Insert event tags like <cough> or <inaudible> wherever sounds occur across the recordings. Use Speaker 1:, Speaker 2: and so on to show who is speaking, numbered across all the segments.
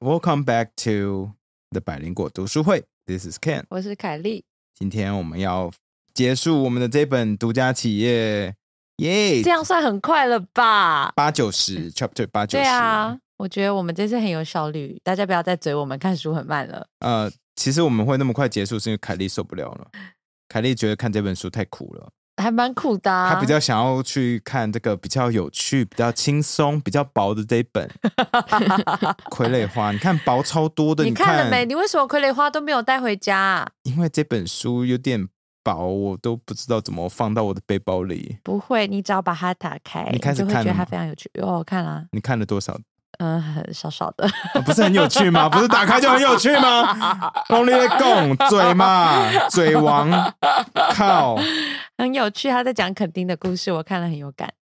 Speaker 1: Welcome back to the 百灵果读书会。This is Ken。
Speaker 2: 我是凯莉，
Speaker 1: 今天我们要结束我们的这本独家企业，耶、
Speaker 2: 这样算很快了吧？
Speaker 1: 八九十 chapter 八九
Speaker 2: 对
Speaker 1: 十。
Speaker 2: 啊，我觉得我们这次很有效率，大家不要再嘴我们看书很慢了。
Speaker 1: 呃，其实我们会那么快结束，是因为凯莉受不了了。凯莉觉得看这本书太苦了，
Speaker 2: 还蛮酷的、啊，
Speaker 1: 她比较想要去看这个比较有趣、比较轻松、比较薄的这一
Speaker 2: <laughs>
Speaker 1: 本《傀儡花》。你看薄超多的，
Speaker 2: 你
Speaker 1: 你
Speaker 2: 看了没？你为什么傀儡花都没有带回家啊、
Speaker 1: 因为这本书有点薄，我都不知道怎么放到我的背包里。
Speaker 2: 不会，你只要把它打开，
Speaker 1: 你开始
Speaker 2: 就会
Speaker 1: 看
Speaker 2: 觉得
Speaker 1: 了
Speaker 2: 它
Speaker 1: 吗
Speaker 2: 非常有趣。哦，我看啦、
Speaker 1: 你看了多少？
Speaker 2: 嗯，很少少的。
Speaker 1: 啊不是很有趣吗？不是打开就很有趣吗？龙力在拱嘴嘛，嘴王靠
Speaker 2: <laughs> 很有趣，他在讲垦丁的故事，我看了很有感。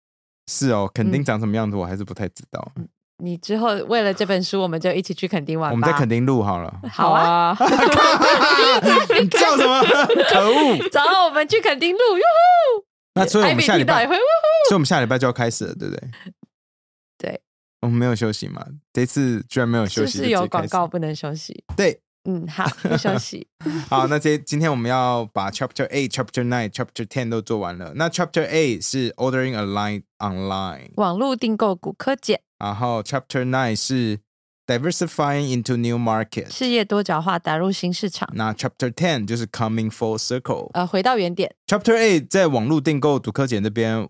Speaker 1: 是哦，肯
Speaker 2: 嗯
Speaker 1: 定长什么样子我还是不太知道。
Speaker 2: 你之后为了这本书，我们就一起去垦丁玩吧。
Speaker 1: 我们在垦丁录好了，
Speaker 2: 好啊，
Speaker 3: 啊，
Speaker 1: <laughs>
Speaker 2: <laughs>
Speaker 1: 你叫什么？ <laughs> 可恶！
Speaker 2: 然后我们去垦丁路，哟
Speaker 1: 那所
Speaker 2: 呼！
Speaker 1: 以我
Speaker 2: 艾比
Speaker 1: 们下礼
Speaker 2: 听到
Speaker 1: 拜，
Speaker 2: 也
Speaker 1: 所
Speaker 2: 会呜呼。
Speaker 1: 以我们下礼拜就要开始了，对不对？
Speaker 2: 对，
Speaker 1: 我们没有休息嘛，这次居然没有
Speaker 2: 是
Speaker 1: 休
Speaker 2: 不
Speaker 1: 息，
Speaker 2: 是
Speaker 1: 就直接
Speaker 2: 有广
Speaker 1: 开始
Speaker 2: 告不能休息？
Speaker 1: 对。
Speaker 2: 嗯，好，不
Speaker 1: <laughs>
Speaker 2: 休息。
Speaker 1: 好，那这今天我们要把 Chapter Eight、Chapter Nine、Chapter Ten 都做完了。那 Chapter Eight 是 Ordering a Line Online，
Speaker 2: 网络订购骨科姐，
Speaker 1: 然后 Chapter Nine 是 Diversifying into New Market，
Speaker 2: 事业多角化，打入新市场。
Speaker 1: 那 Chapter Ten 就是 Coming Full Circle。
Speaker 2: 呃，回到原点，
Speaker 1: Chapter Eight 在网络订购读科姐那边，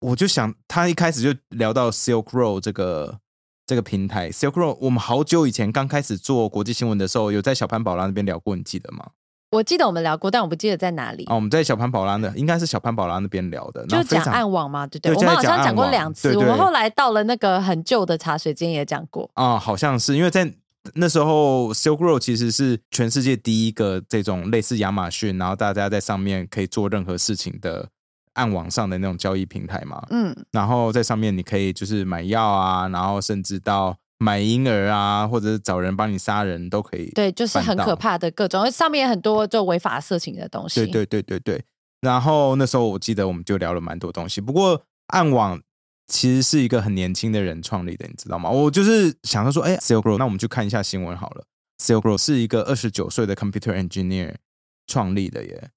Speaker 1: 我就想他一开始就聊到 Silk Road 这个这个平台。Silk Road 我们好久以前刚开始做国际新闻的时候，有在小潘宝拉那边聊过，你记得吗？
Speaker 2: 我记得我们聊过，但我不记得在哪里
Speaker 1: 啊，。我们在小潘宝拉那应该是小潘宝拉那边聊的，然
Speaker 2: 就
Speaker 1: 后非
Speaker 2: 讲
Speaker 1: 常
Speaker 2: 暗网嘛，对不对？
Speaker 1: 对
Speaker 2: 我们
Speaker 1: 就
Speaker 2: 好
Speaker 1: 在讲
Speaker 2: 像讲
Speaker 1: 暗
Speaker 2: 过
Speaker 1: 网
Speaker 2: 两次，
Speaker 1: 对对
Speaker 2: 我们后来到了那个很旧的茶水间也讲过。
Speaker 1: 啊、好像是因为在那时候，Silk Road 其实是全世界第一个这种类似亚马逊，然后大家在上面可以做任何事情的暗网上的那种交易平台嘛。
Speaker 2: 嗯，
Speaker 1: 然后在上面你可以就是买药啊，然后甚至到买婴儿啊，或者是找人帮你杀人都可以。
Speaker 2: 对，就是很可怕的各种，上面很多就违法色情的东西。
Speaker 1: 对对对对对。然后那时候我记得我们就聊了蛮多东西，不过暗网其实是一个很年轻的人创立的，你知道吗？我就是想要说，哎，Silk Road，那我们去看一下新闻好了。Silk Road 是一个二十九岁的 computer engineer 创立的耶，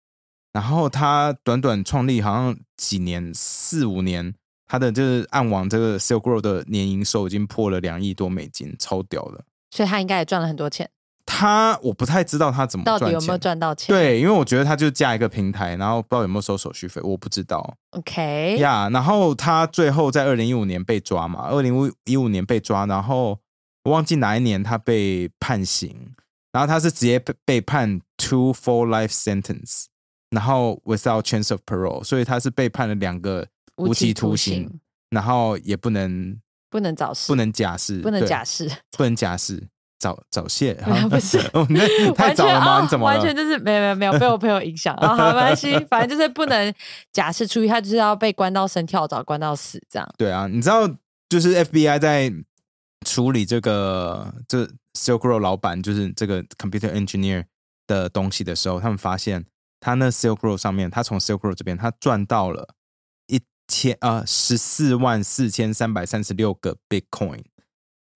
Speaker 1: 然后他短短创立好像几年，四五年，他的就是暗网这个 Silk Road 的年营收已经破了两亿多美金，超屌的。
Speaker 2: 所以他应该也赚了很多钱，
Speaker 1: 他我不太知道他怎么
Speaker 2: 到
Speaker 1: 嗯赚
Speaker 2: 底
Speaker 1: 钱，
Speaker 2: 有没有赚到钱？
Speaker 1: 对，因为我觉得他就架一个平台，然后不知道有没有收手续费，我不知道
Speaker 2: ，OK，
Speaker 1: 呀。然后他最后在二零一五年被抓嘛，二零一五年被抓，然后我忘记哪一年他被判刑，然后他是直接被被判 two for life sentence，然后 without chance of parole，所以他是被判了两个无期徒刑，
Speaker 2: 刑
Speaker 1: 然后也不能
Speaker 2: 不能早逝，
Speaker 1: 不能假释，
Speaker 2: 不能
Speaker 1: 对
Speaker 2: 假释，
Speaker 1: 不能假释，早早泄，
Speaker 2: <laughs> 不是
Speaker 1: <laughs> 哦你那太
Speaker 2: 完
Speaker 1: 早
Speaker 2: 全
Speaker 1: 了吗？
Speaker 2: 哦
Speaker 1: 你怎么了？
Speaker 2: 完全就是没有没有没有被我朋友
Speaker 1: <laughs>
Speaker 2: 影响啊，好没关系，反正就是不能假释出狱，他就是要被关到生跳蚤，关到死这样。
Speaker 1: 对啊，你知道，就是 FBI 在处理这个这 Silk Road 老板，就是这个 computer engineer 的东西的时候，他们发现他那 Silk Road 上面，他从 Silk Road 这边他赚到了一千呃十四万四千三百三十六个 Bitcoin，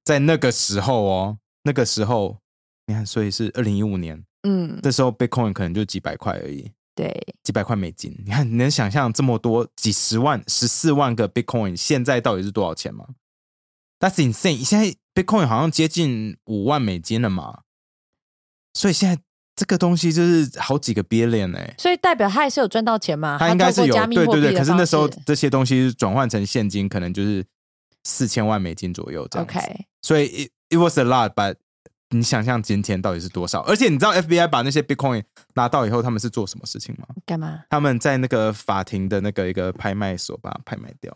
Speaker 1: 在那个时候哦，那个时候你看，所以是二零一五年，
Speaker 2: 嗯，
Speaker 1: 这时候 Bitcoin 可能就几百块而已。
Speaker 2: 对，
Speaker 1: 几百块美金，你看你能想象这么多几十万、十四万个 Bitcoin 现在到底是多少钱吗？That's insane！现在 Bitcoin 好像接近五万美金了嘛，所以现在这个东西就是好几个 billion 哎、
Speaker 2: 所以代表他还是有赚到钱嘛？
Speaker 1: 它应该
Speaker 2: 啊透
Speaker 1: 是
Speaker 2: 过
Speaker 1: 有
Speaker 2: 加密
Speaker 1: 对
Speaker 2: 货
Speaker 1: 对
Speaker 2: 币
Speaker 1: 对，
Speaker 2: 的
Speaker 1: 可是那时候
Speaker 2: 方式
Speaker 1: 这些东西转换成现金，可能就是四千万美金左右这样子。
Speaker 2: OK，
Speaker 1: 所以 it it was a lot，but 你想象今天到底是多少？而且你知道 FBI 把那些 Bitcoin 拿到以后，他们是做什么事情吗？
Speaker 2: 干嘛？
Speaker 1: 他们在那个法庭的那个一个拍卖所把它拍卖掉。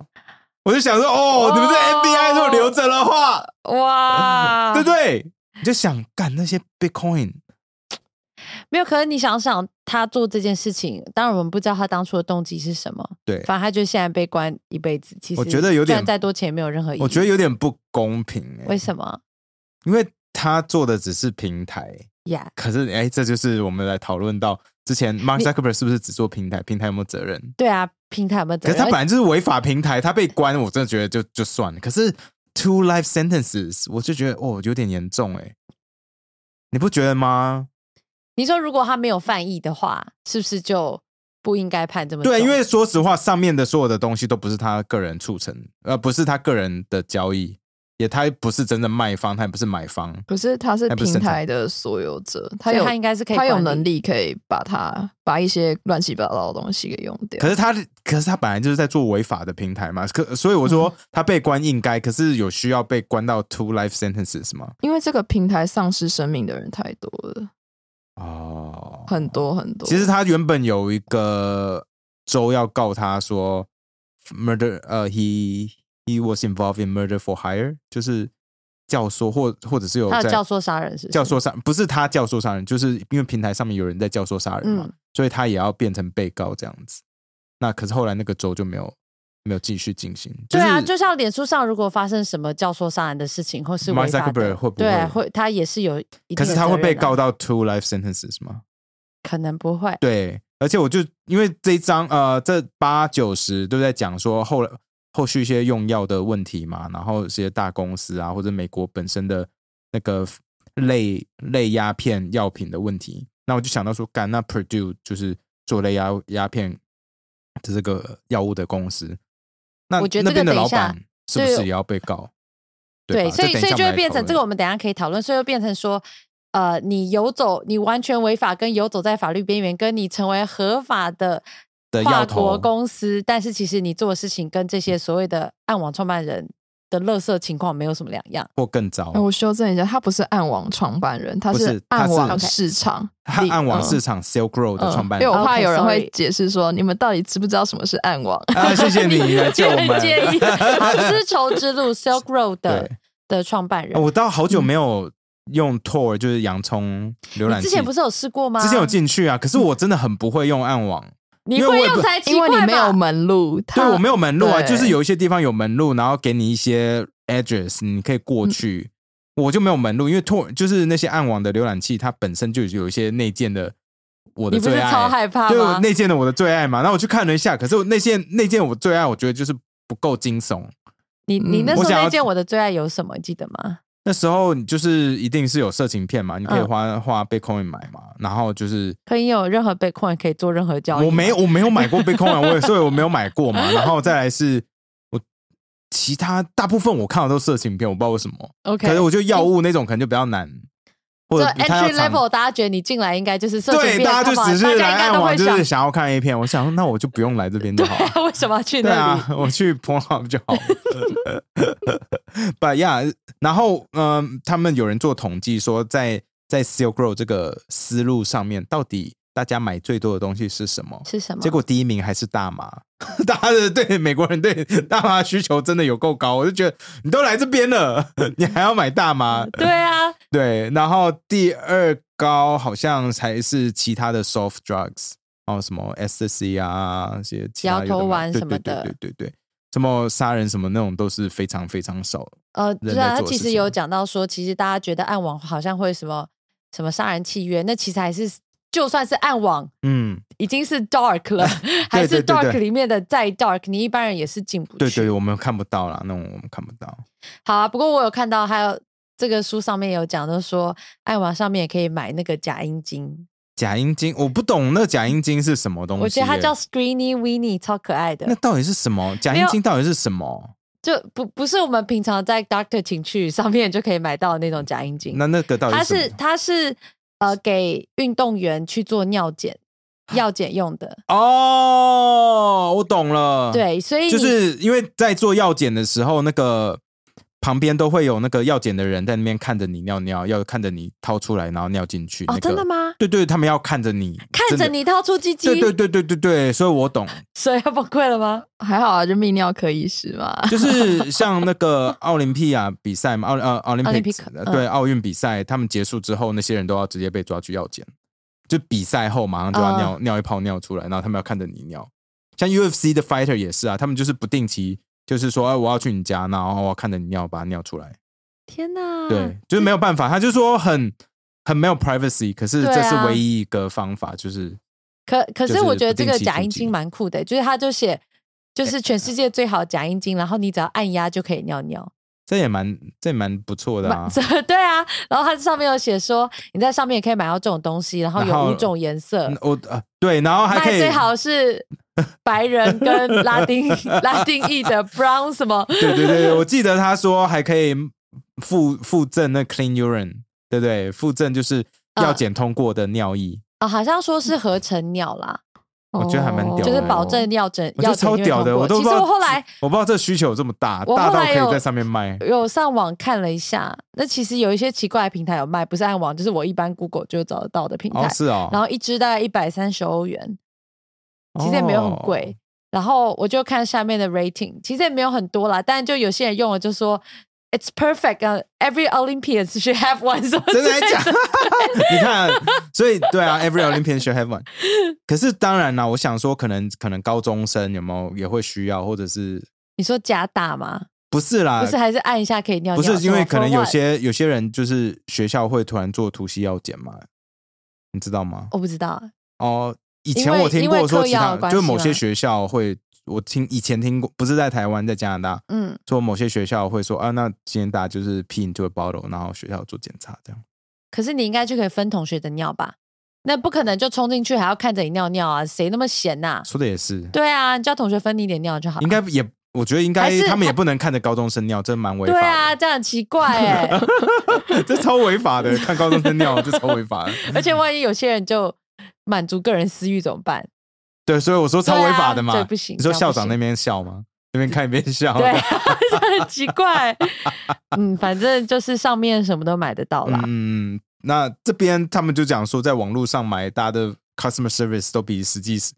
Speaker 1: 我就想说，哦，你们这 FBI 如果留着的话，
Speaker 2: 哇，
Speaker 1: 对不对？你就想干那些 Bitcoin，
Speaker 2: 没有，可是你想想，他做这件事情，当然我们不知道他当初的动机是什么，
Speaker 1: 对，
Speaker 2: 反正他就现在被关一辈子。其实
Speaker 1: 我觉得有点
Speaker 2: 赚再多钱也没有任何意义。
Speaker 1: 我觉得有点不公平、欸，
Speaker 2: 为什么
Speaker 1: 因为他做的只是平台，
Speaker 2: 呀
Speaker 1: 可是哎，这就是我们来讨论到之前 Mark
Speaker 2: 你
Speaker 1: Zuckerberg 是不是只做平台？平台有没有责任？
Speaker 2: 对啊，平台有没有责
Speaker 1: 可是他
Speaker 2: 任？
Speaker 1: 本
Speaker 2: 而
Speaker 1: 来就是违法平台，他被关，我真的觉得就就算了。可是 two life sentences，我就觉得哦，有点严重哎、你不觉得吗？
Speaker 2: 你说如果他没有犯意的话，是不是就不应该判这么重？
Speaker 1: 对，因为说实话，上面的所有的东西都不是他个人促成，呃，不是他个人的交易，也他不是真正卖方，他也不是买方。
Speaker 3: 可是他是
Speaker 1: 还不是
Speaker 3: 平
Speaker 1: 正常
Speaker 3: 台的所有者，他
Speaker 2: 所以
Speaker 3: 有
Speaker 2: 他应该是可以
Speaker 3: 他有
Speaker 2: 管理
Speaker 3: 能力可以把它把一些乱七八糟的东西给用掉
Speaker 1: 可。是他，可是他本来就是在做违法的平台嘛，可所以我说他被关应该，可是有需要被关到 two life sentences 吗？
Speaker 3: 因为这个平台丧失生命的人太多了，
Speaker 1: 哦，
Speaker 3: 很多很多。
Speaker 1: 其实他原本有一个州要告他说 murder，呃，he he was involved in murder for hire，就是教唆或或者是有
Speaker 2: 他
Speaker 1: 在
Speaker 2: 有教唆杀人是不是
Speaker 1: 教唆杀，不是他教唆杀人，就是因为平台上面有人在教唆杀人嘛，
Speaker 3: 嗯
Speaker 1: 所以他也要变成被告这样子。那可是后来那个州就没有没有继续进行，就
Speaker 2: 对
Speaker 1: 是、
Speaker 2: 啊，就像脸书上如果发生什么教唆杀人的事情，或是
Speaker 1: Mark
Speaker 2: 违法的
Speaker 1: Zuckerberg 会不会
Speaker 2: 对，会他也是有一定的
Speaker 1: 可是他会被告
Speaker 2: 责任
Speaker 1: 到
Speaker 2: 啊，
Speaker 1: two life sentences 吗？
Speaker 2: 可能不会。
Speaker 1: 对，而且我就因为这一章呃，这八九十都在讲说后后续一些用药的问题嘛，然后一些大公司啊，或者美国本身的那个类类鸦片药品的问题，那我就想到说，干那 Purdue 就是做类鸦鸦片的这个药物的公司，那
Speaker 2: 我觉得这
Speaker 1: 那边
Speaker 2: 个
Speaker 1: 的
Speaker 2: 等一
Speaker 1: 老
Speaker 2: 下
Speaker 1: 板是不
Speaker 2: 这
Speaker 1: 是
Speaker 2: 个
Speaker 1: 也要被告？
Speaker 2: 对，
Speaker 1: 吧
Speaker 2: 所以
Speaker 1: 等一
Speaker 2: 所以
Speaker 1: 下我
Speaker 2: 就
Speaker 1: 们
Speaker 2: 会
Speaker 1: 来
Speaker 2: 变
Speaker 1: 讨
Speaker 2: 成
Speaker 1: 论
Speaker 2: 这个，我们等一下可以讨论。所以就变成说，呃，你游走，你完全违法，跟游走在法律边缘，跟你成为合法的
Speaker 1: 的药
Speaker 2: 跨
Speaker 1: 头嗯
Speaker 2: 国公司，但是其实你做的事情跟这些所谓的暗网创办人的乐色情况没有什么两样。
Speaker 1: 或更糟
Speaker 3: 那、，哎
Speaker 2: 嗯
Speaker 3: 我修正一下，他不是暗网创办人，他
Speaker 1: 不是他
Speaker 3: 暗
Speaker 1: 是
Speaker 3: 网
Speaker 1: OK
Speaker 3: 市场
Speaker 1: 他
Speaker 3: 里，
Speaker 1: 暗网
Speaker 3: 嗯
Speaker 1: 市场 Silk Road 的
Speaker 3: 嗯
Speaker 1: 创办
Speaker 3: 因
Speaker 1: 人
Speaker 3: 为。我怕
Speaker 2: 哦 OK，
Speaker 3: 有人
Speaker 2: sorry
Speaker 3: 会解释说，你们到底知不知道什么是暗网？
Speaker 1: 啊，谢谢你
Speaker 2: <laughs>
Speaker 1: 来救我们。 <laughs>
Speaker 2: 建议好丝绸之路 Silk Road 的
Speaker 1: 对
Speaker 2: 的创办人
Speaker 1: 啊，我到好久没有用 Tor，就是洋葱浏览
Speaker 2: 你
Speaker 1: 器。
Speaker 2: 之前不是有试过吗？嗯
Speaker 1: 之前有，进去啊，可是我真的很不会用暗网，
Speaker 2: 你
Speaker 1: 因为我
Speaker 2: 会
Speaker 1: 也不
Speaker 2: 用才奇
Speaker 3: 因
Speaker 2: 怪
Speaker 3: 为你没
Speaker 2: 吧
Speaker 3: 有门路，
Speaker 1: 对
Speaker 3: 他
Speaker 1: 我没有门路啊，
Speaker 3: 对
Speaker 1: 就是有一些地方有门路，然后给你一些 address，你可以过
Speaker 2: 嗯
Speaker 1: 去。我就没有门路，因为 Tor 就是那些暗网的浏览器，它本身就有一些内建的我的
Speaker 2: 你不
Speaker 1: 最
Speaker 2: 是
Speaker 1: 爱，
Speaker 2: 超害怕
Speaker 1: 对
Speaker 2: 吗
Speaker 1: 我？内建的我的最爱嘛。那我去看了一下，可是我内建内建我最爱，我觉得就是不够惊悚。
Speaker 2: 你你
Speaker 3: 嗯
Speaker 2: 那时
Speaker 1: 我
Speaker 2: 候
Speaker 1: 想要
Speaker 2: 那件我的最爱有什么？你记得吗？
Speaker 1: 那时候你就是一定是有色情片嘛，你可以
Speaker 2: 嗯
Speaker 1: 花、花被 coin 买嘛，然后就是
Speaker 2: 可以有任何被困，可以做任何交易。
Speaker 1: 我没有，我没有买过被 coin，啊我也所以我没有买过嘛，然后再来是我其他大部分我看到都是色情片，我不知道为什么，
Speaker 2: OK，
Speaker 1: 可是我觉得药物那种可能就比较难，或
Speaker 2: 这
Speaker 1: 者比它要
Speaker 2: entry
Speaker 1: 长
Speaker 2: level 大家觉得你进来应该就是色情
Speaker 1: 对，
Speaker 2: 片
Speaker 1: 大家
Speaker 2: 的
Speaker 1: 就
Speaker 2: 话
Speaker 1: 只是
Speaker 2: 大
Speaker 1: 来
Speaker 2: 家应该
Speaker 1: 暗
Speaker 2: 都
Speaker 1: 网，
Speaker 2: 会
Speaker 1: 就是
Speaker 2: 想，
Speaker 1: 想要看 A 片，我想说那我就不用来这边就好了。
Speaker 2: 对， <laughs> 为什么要
Speaker 1: <laughs>
Speaker 2: 去
Speaker 1: 对
Speaker 2: 那里？
Speaker 1: 啊，我去 Pornhub 就好了。But yeah，然 <laughs> 后嗯、他们有人做统计说在，在 Silk Road 这个思路上面，到底大家买最多的东西是什么？
Speaker 2: 是什么？
Speaker 1: 结果第一名还是大麻，大家的对美国人对大麻需求真的有够高，我就觉得你都来这边了，你还要买大麻？
Speaker 2: 对啊，
Speaker 1: 对，然后第二高好像才是其他的 soft drugs，然后什么 ecstasy 啊，一些其他有的
Speaker 2: 摇头
Speaker 1: 没
Speaker 2: 丸
Speaker 1: 对
Speaker 2: 什
Speaker 1: 对
Speaker 2: 么的
Speaker 1: 对对对对，什么杀人什么那种都是非常非常少。
Speaker 2: 呃，
Speaker 1: 人
Speaker 2: 对
Speaker 1: 在
Speaker 2: 啊，他
Speaker 1: 做的
Speaker 2: 其
Speaker 1: 事
Speaker 2: 实
Speaker 1: 情
Speaker 2: 有讲到说，其实大家觉得暗网好像会什么什么杀人契约，那其实还是就算是暗网。
Speaker 1: 嗯，
Speaker 2: 已经是
Speaker 1: <laughs>
Speaker 2: dark 了，还
Speaker 1: 对对
Speaker 2: 是
Speaker 1: 对
Speaker 2: dark
Speaker 1: 对
Speaker 2: 里面的再 dark，你一般人也是进不去。
Speaker 1: 对对，我们看不到啦，那种我们看不到。
Speaker 2: 好啊，不过我有看到还有这个书上面有讲，就是说爱网上面也可以买那个假阴茎，
Speaker 1: 假阴茎，我不懂那假阴茎是什么东西耶、
Speaker 2: 我觉得它叫 Screeny Weeny，超可爱
Speaker 1: 那
Speaker 2: 的，
Speaker 1: 到底是什么？假
Speaker 2: 没
Speaker 1: 阴
Speaker 2: 有
Speaker 1: 茎到底是什么？
Speaker 2: 就不不是我们平常在 Doctor 情趣上面就可以买到的那种假阴茎，
Speaker 1: 那那个到底
Speaker 2: 它
Speaker 1: 是
Speaker 2: 是
Speaker 1: 什么
Speaker 2: 它是呃给运动员去做尿检
Speaker 1: 啊
Speaker 2: 药检用的，
Speaker 1: 哦，我懂了。。
Speaker 2: 对，所以你
Speaker 1: 就是因为在做药检的时候，那个旁边都会有那个药检的人在那边看着你尿尿，要看着你掏出来，然后尿进去。
Speaker 2: 哦，真的？吗？
Speaker 1: 对对，他们要看着你，
Speaker 2: 看着
Speaker 1: 真的。
Speaker 2: 你掏出鸡鸡，
Speaker 1: 对对对对对对，所以我懂，
Speaker 2: 所以要崩溃了吗？
Speaker 3: 还好啊，就泌尿科医师嘛。
Speaker 2: <laughs>
Speaker 1: 就是像那个奥林匹亚比赛嘛，奥呃奥林匹
Speaker 2: Olympic，嗯
Speaker 1: 对奥运比赛，他们结束之后，那些人都要直接被抓去药检，就比赛后马上就
Speaker 2: 哦
Speaker 1: 要尿尿一泡尿出来，然后他们要看着你尿。像 UFC 的 fighter 也是啊，他们就是不定期，就是说，哎，我要去你家，然后我要看着你尿，把它尿出来。
Speaker 2: 天哪！
Speaker 1: 对，就是没有办法，他就说很很没有 privacy，可是
Speaker 2: 对
Speaker 1: 这
Speaker 2: 啊
Speaker 1: 是唯一一个方法，就是
Speaker 2: 可可
Speaker 1: 就是是
Speaker 2: 我觉得
Speaker 1: 不
Speaker 2: 这
Speaker 1: 定
Speaker 2: 个
Speaker 1: 期
Speaker 2: 假
Speaker 1: 出
Speaker 2: 阴
Speaker 1: 击
Speaker 2: 茎蛮酷的，就是他就写，就是全世界最好的假阴茎，然后你只要按压就可以尿尿，
Speaker 1: 这也蛮这也蛮不错的啊。
Speaker 2: 这 <laughs> 对啊，然后它上面有写说，你在上面也可以买到这种东西，然后
Speaker 1: 然后
Speaker 2: 有五种颜色
Speaker 1: 嗯，我啊对，然后还
Speaker 2: 卖
Speaker 1: 可以
Speaker 2: 最
Speaker 1: <laughs>
Speaker 2: 好是白人跟拉丁拉丁裔的 brown 什么，
Speaker 1: <laughs> 对对对对，我记得他说还可以附附赠那 clean urine，对不对？附赠就是要
Speaker 2: 嗯
Speaker 1: 检通过的尿液，
Speaker 2: 啊，好像说是合成尿啦，
Speaker 1: 我觉得还蛮
Speaker 3: 哦
Speaker 1: 屌的
Speaker 2: 就是保证尿整
Speaker 1: 我觉得
Speaker 2: 药
Speaker 1: 超屌的，我都不
Speaker 2: 其
Speaker 1: 知
Speaker 2: 实
Speaker 1: 道
Speaker 2: 我后来
Speaker 1: 我不知道这需求有这么大，
Speaker 2: 我
Speaker 1: 大
Speaker 2: 后
Speaker 1: 到
Speaker 2: 来
Speaker 1: 可以
Speaker 2: 有
Speaker 1: 在上面卖。
Speaker 2: 有上网看了一下，那其实有一些奇怪的平台有卖，不是暗网，就是我一般 Google 就找得到的平台。
Speaker 1: 哦，是哦，
Speaker 2: 然后一支大概一百三十欧元，其实也没有很贵。
Speaker 1: 哦
Speaker 2: 然后我就看下面的 rating，其实也没有很多啦，但就有些人用了就说 It's perfect, 呃 every Olympian s should have one 什么之
Speaker 1: 哦真
Speaker 2: 类
Speaker 1: 的还
Speaker 2: <laughs>
Speaker 1: 假？你看，所以对啊，every Olympian should have one。可是当然啦，我想说，可能可能高中生有没有也会需要，或者是
Speaker 2: 你说假打吗？
Speaker 1: 不是啦？
Speaker 2: 不是，还是按一下可以尿尿？
Speaker 1: 啊不是因为可能
Speaker 2: 呃什么
Speaker 1: 有些有些人就是学校会突然做突袭药检嘛，你知道吗？
Speaker 2: 我不知道啊，
Speaker 1: 哦，以
Speaker 2: 因
Speaker 1: 前
Speaker 2: 为
Speaker 1: 我听
Speaker 2: 因为
Speaker 1: 过说
Speaker 2: 嗑
Speaker 1: 其
Speaker 2: 药
Speaker 1: 他
Speaker 2: 的关
Speaker 1: 就
Speaker 2: 系
Speaker 1: 某些
Speaker 2: 吗
Speaker 1: 学校会，我听以前听过，不是在台湾，在加拿大，
Speaker 2: 嗯，
Speaker 1: 说某些学校会说啊，那今天大家就是 pee into a bottle，然后学校做检查这样。
Speaker 2: 可是你应该就可以分同学的尿吧？那不可能就冲进去还要看着你尿尿啊，谁那么闲呐、
Speaker 1: 说的也是，
Speaker 2: 对啊，你叫同学分你一点尿就好了。
Speaker 1: 应该也，我觉得应该
Speaker 2: 还是
Speaker 1: 他们也不能看着高中生尿，这蛮违
Speaker 2: 对啊，
Speaker 1: 法的。
Speaker 2: 这样很奇怪
Speaker 1: <laughs>
Speaker 2: 哎、
Speaker 1: 这超违法的，看高中生尿，这超违法
Speaker 2: <laughs>
Speaker 1: 的。
Speaker 2: 而且万一有些人就满足个人私欲怎么办？
Speaker 1: 对，所以我说超违法的嘛，
Speaker 2: 对啊这不行
Speaker 1: 你说
Speaker 2: 这样
Speaker 1: 校
Speaker 2: 不
Speaker 1: 长
Speaker 2: 行
Speaker 1: 那边笑吗？那边看一边笑。
Speaker 2: <laughs> 对，这很奇
Speaker 1: <laughs>
Speaker 2: 怪。嗯，反正就是上面什么都买得到啦。
Speaker 1: 嗯，那这边他们就讲说，在网络上买，大家的 customer service 都比实际实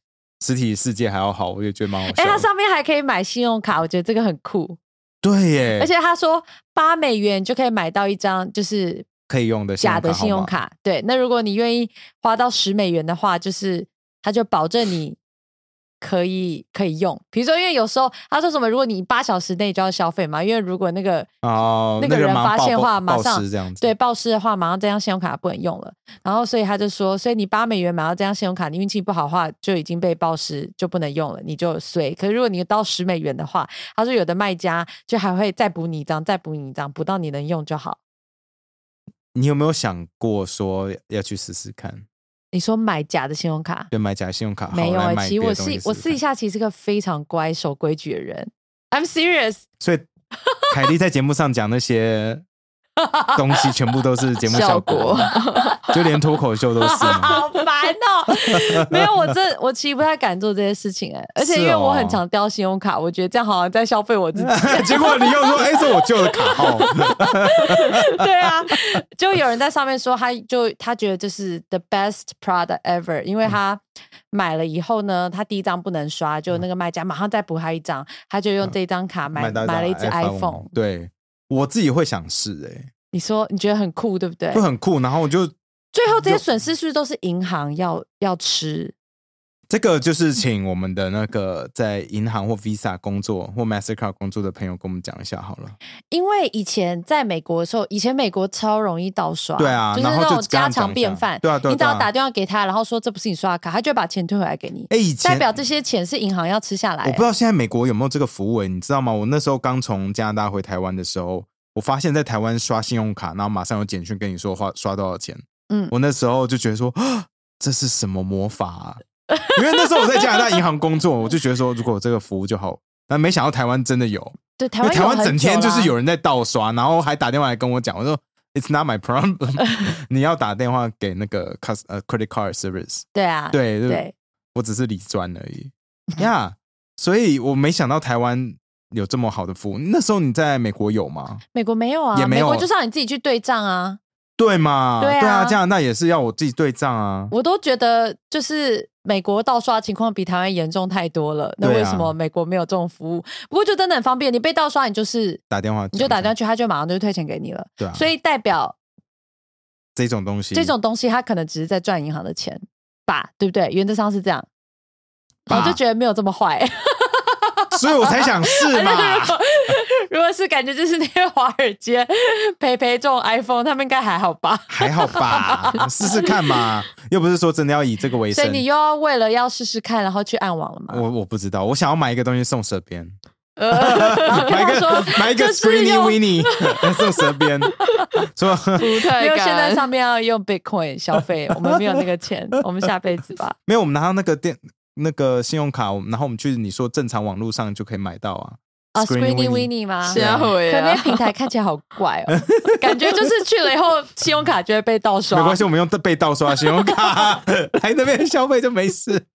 Speaker 1: 实体世界还要好，我也觉得蛮好笑的。
Speaker 2: 哎、它上面还可以买信用卡，我觉得这个很酷。
Speaker 1: 对耶，
Speaker 2: 而且他说八美元就可以买到一张就是
Speaker 1: 可以用的
Speaker 2: 假的信
Speaker 1: 号
Speaker 2: 用
Speaker 1: 码，
Speaker 2: 卡。对，那如果你愿意花到十美元的话，就是他就保证你可以可以用。比如说，因为有时候他说什么，如果你八小时内就要消费嘛，因为如果那个
Speaker 1: 哦，
Speaker 2: 那个人
Speaker 1: 马
Speaker 2: 发
Speaker 1: 上
Speaker 2: 现的
Speaker 1: 报
Speaker 2: 话马
Speaker 1: 报
Speaker 2: 上
Speaker 1: 失这样子，
Speaker 2: 对，报失的话，马上这张信用卡不能用了。然后所以他就说，所以你八美元买到这张信用卡，你运气不好的话就已经被报失，就不能用了，你就衰。可是如果你到十美元的话，他说有的卖家就还会再补你一张，再补你一张，补到你能用就好。
Speaker 1: 你有没有想过说要去试试看，
Speaker 2: 你说买假的信用卡？
Speaker 1: 就买假信用卡？
Speaker 2: 没有
Speaker 1: 哎、
Speaker 2: 哎、
Speaker 1: 买
Speaker 2: 其实
Speaker 1: 别
Speaker 2: 我
Speaker 1: 的东西
Speaker 2: 是
Speaker 1: 试
Speaker 2: 我
Speaker 1: 试
Speaker 2: 私底
Speaker 1: 看，
Speaker 2: 下其实是个非常乖、守规矩的人。
Speaker 1: <laughs>
Speaker 2: I'm serious，
Speaker 1: 所以凯莉在节目上讲那
Speaker 2: <laughs>
Speaker 1: 些东西，全部都是节目效果，就连脱口秀都是嘛。
Speaker 2: <laughs> 好烦
Speaker 1: <laughs>
Speaker 2: 哦！没有，我真我其实不太敢做这些事情哎、而且因为
Speaker 1: 是哦
Speaker 2: 我很常掉信用卡，我觉得这样好像在消费我自己。
Speaker 1: 结果你又说：“哎、这我旧的卡号。
Speaker 2: <laughs> 对啊，就有人在上面说，他就他觉得这是 the best product ever，因为
Speaker 1: 嗯
Speaker 2: 他买了以后呢，他第一张不能刷，就那个卖家马上再补他一张，他就用这张卡买
Speaker 1: 嗯买到
Speaker 2: 买了一只
Speaker 1: 只
Speaker 2: iPhone。
Speaker 1: 对我自己会想试、欸
Speaker 2: 你说你觉得很酷，对不对
Speaker 1: 哎，？就很酷。然后我就
Speaker 2: 最后这些
Speaker 1: 有
Speaker 2: 损失是不是都是银行要要吃？
Speaker 1: 这个就是请我们的那个在银行或 Visa 工作或 Mastercard 工作的朋友跟我们讲一下好了。
Speaker 2: 因为以前在美国的时候，以前美国超容易盗刷，
Speaker 1: 对啊，
Speaker 2: 就是
Speaker 1: 然
Speaker 2: 那
Speaker 1: 后
Speaker 2: 种
Speaker 1: 就跟他
Speaker 2: 家
Speaker 1: 们讲
Speaker 2: 常
Speaker 1: 一
Speaker 2: 便
Speaker 1: 下
Speaker 2: 饭。
Speaker 1: 对啊，对啊，
Speaker 2: 你只要
Speaker 1: 对啊
Speaker 2: 打电话给他，然后说这不是你刷的卡，他就会把钱退回来给你，
Speaker 1: 哎，以前
Speaker 2: 代表这些钱是银行要吃下来
Speaker 1: 我
Speaker 2: 的。
Speaker 1: 不知道现在美国有没有这个服务、欸，你知道吗？我那时候刚从加拿大回台湾的时候，我发现在台湾刷信用卡，然后马上有简讯跟你说花刷多少钱。
Speaker 2: 嗯
Speaker 1: 我那时候就觉得说，啊这是什么魔法、啊？因为那时候我在加拿大银行工作，我就觉得说，如果有这个服务就好。但没想到台湾真的有，
Speaker 2: 对，
Speaker 1: 因
Speaker 2: 台
Speaker 1: 为
Speaker 2: 湾
Speaker 1: 台
Speaker 2: 有
Speaker 1: 湾
Speaker 2: 很
Speaker 1: 整天
Speaker 2: 久
Speaker 1: 就
Speaker 2: 啦
Speaker 1: 是有人在盗刷，然后还打电话来跟我讲，我说 It's not my
Speaker 2: <laughs>
Speaker 1: problem，你 <laughs> 要打电话给那个 cus 呃 credit card service。
Speaker 2: 对啊，
Speaker 1: 对就
Speaker 2: 对，
Speaker 1: 我只是理专而已呀。所以我没想到台湾有这么好的服务。那时候你在美国有吗？
Speaker 2: 美国没有啊，
Speaker 1: 也没有
Speaker 2: 美国就是让你自己去对账啊。
Speaker 1: 对嘛？
Speaker 2: 对啊
Speaker 1: 加拿大也是要我自己对账啊。
Speaker 2: 我都觉得就是美国盗刷情况比台湾严重太多了，那
Speaker 1: 对啊
Speaker 2: 为什么美国没有这种服务？不过就真的很方便，你被盗刷，你就是
Speaker 1: 打电话
Speaker 2: 你就打电话
Speaker 1: 讲
Speaker 2: 去，他就马上就退钱给你了。
Speaker 1: 对啊，嗯
Speaker 2: 所以代表
Speaker 1: 这种东西，
Speaker 2: 这种东西，他可能只是在赚银行的钱吧，对不对？原则上是这样。
Speaker 1: 吧
Speaker 2: 我就觉得没有这么坏，
Speaker 1: <laughs> 所以我才想试
Speaker 2: <laughs>
Speaker 1: 嘛。
Speaker 2: 如果是感觉就是那些华尔街 <laughs> 陪陪这种 iPhone，他们应该还好吧？
Speaker 1: 还好吧，试试看嘛，又不是说真的要以这个为
Speaker 2: 所以
Speaker 1: 生。
Speaker 2: 你又要为了要试试看，然后去暗网了吗？
Speaker 1: 我我不知道，我想要买一个东西送身边，
Speaker 2: 呃然后跟
Speaker 1: 买
Speaker 2: 他
Speaker 1: 一个
Speaker 2: 说
Speaker 1: 买一个
Speaker 2: 就是
Speaker 1: Screeny
Speaker 2: 用
Speaker 1: Winnie <laughs> 送舌边，说
Speaker 3: 不太
Speaker 2: 没有，
Speaker 3: 敢。
Speaker 2: 现在上面要用 Bitcoin 消费，我们没有那个钱，我们下辈子
Speaker 1: <laughs>
Speaker 2: 吧。
Speaker 1: 没有，我们拿到那个电那个信用卡，我们然后我们去你说正常网络上就可以买到啊。
Speaker 2: 啊
Speaker 1: Screeny Winnie
Speaker 2: ，Screeny Winnie 吗？
Speaker 1: 是啊
Speaker 3: 吓
Speaker 2: 可
Speaker 3: 回
Speaker 2: 那
Speaker 3: 啊
Speaker 2: 个！平台看起来好怪
Speaker 1: <laughs>
Speaker 2: 哦，感觉就是去了以后，信用卡就会被盗刷。
Speaker 1: 没关系，我们用被盗刷信用卡来那边消费就没事。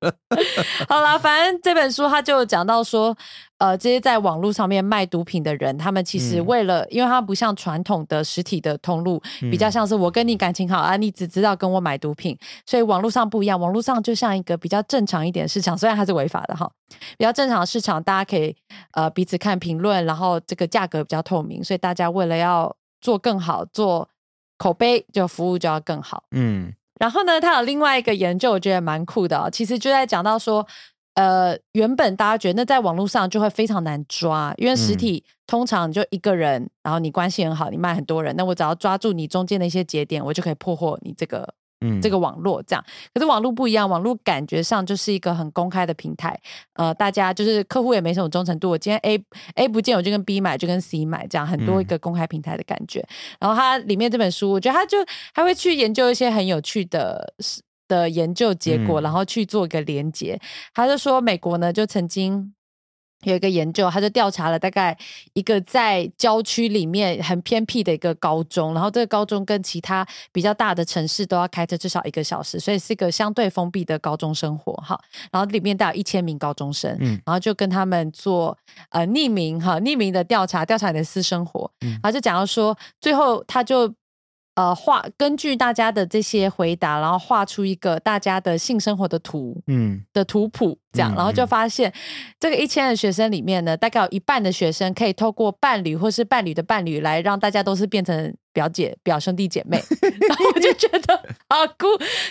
Speaker 2: 好啦，反正这本书他就讲到说，呃，这些在网络上面卖毒品的人，他们其实
Speaker 1: 嗯
Speaker 2: 为了，因为他不像传统的实体的通路， <laughs> 比较
Speaker 1: 嗯
Speaker 2: 像是我跟你感情好啊，你只知道跟我买毒品，所以网络上不一样，网络上就像一个比较正常一点的市场，虽然它是违法的哈，比较正常的市场，大家可以呃彼此看评论，然后这个价格比较透明，所以大家为了要做更好，做口碑就服务就要更好。
Speaker 1: 嗯
Speaker 2: 然后呢，他有另外一个研究，我觉得蛮酷的、哦。其实就在讲到说，呃，原本大家觉得那在网络上就会非常难抓，因为
Speaker 1: 嗯
Speaker 2: 实体通常就一个人，然后你关系很好，你卖很多人，那我只要抓住你中间的一些节点，我就可以破获你这个
Speaker 1: 嗯，
Speaker 2: 这个网络这样。可是网络不一样，网络感觉上就是一个很公开的平台，呃，大家就是客户也没什么忠诚度。我今天 A A 不见，我就跟 B 买，就跟 C 买，这样很多
Speaker 1: 嗯
Speaker 2: 一个公开平台的感觉。然后它里面这本书，我觉得它就还会去研究一些很有趣的事的研究结果，
Speaker 1: 嗯
Speaker 2: 然后去做一个连接。他就说，美国呢就曾经有一个研究，他就调查了大概一个在郊区里面很偏僻的一个高中，然后这个高中跟其他比较大的城市都要开车至少一个小时，所以是一个相对封闭的高中生活哈。然后里面大概有一千名高中生，
Speaker 1: 嗯
Speaker 2: 然后就跟他们做呃匿名哈匿名的调查，调查你的私生活，
Speaker 1: 嗯
Speaker 2: 然后就讲到说，最后他就呃画根据大家的这些回答，然后画出一个大家的性生活的图
Speaker 1: 嗯
Speaker 2: 的图谱，这样，
Speaker 1: 嗯
Speaker 2: 然后就
Speaker 1: 嗯
Speaker 2: 发现这个一千的学生里面呢，大概有一半的学生可以透过伴侣或是伴侣的伴侣来让大家都是变成表姐、表兄弟姐
Speaker 1: <laughs>
Speaker 2: 妹，然后我就觉得啊酷。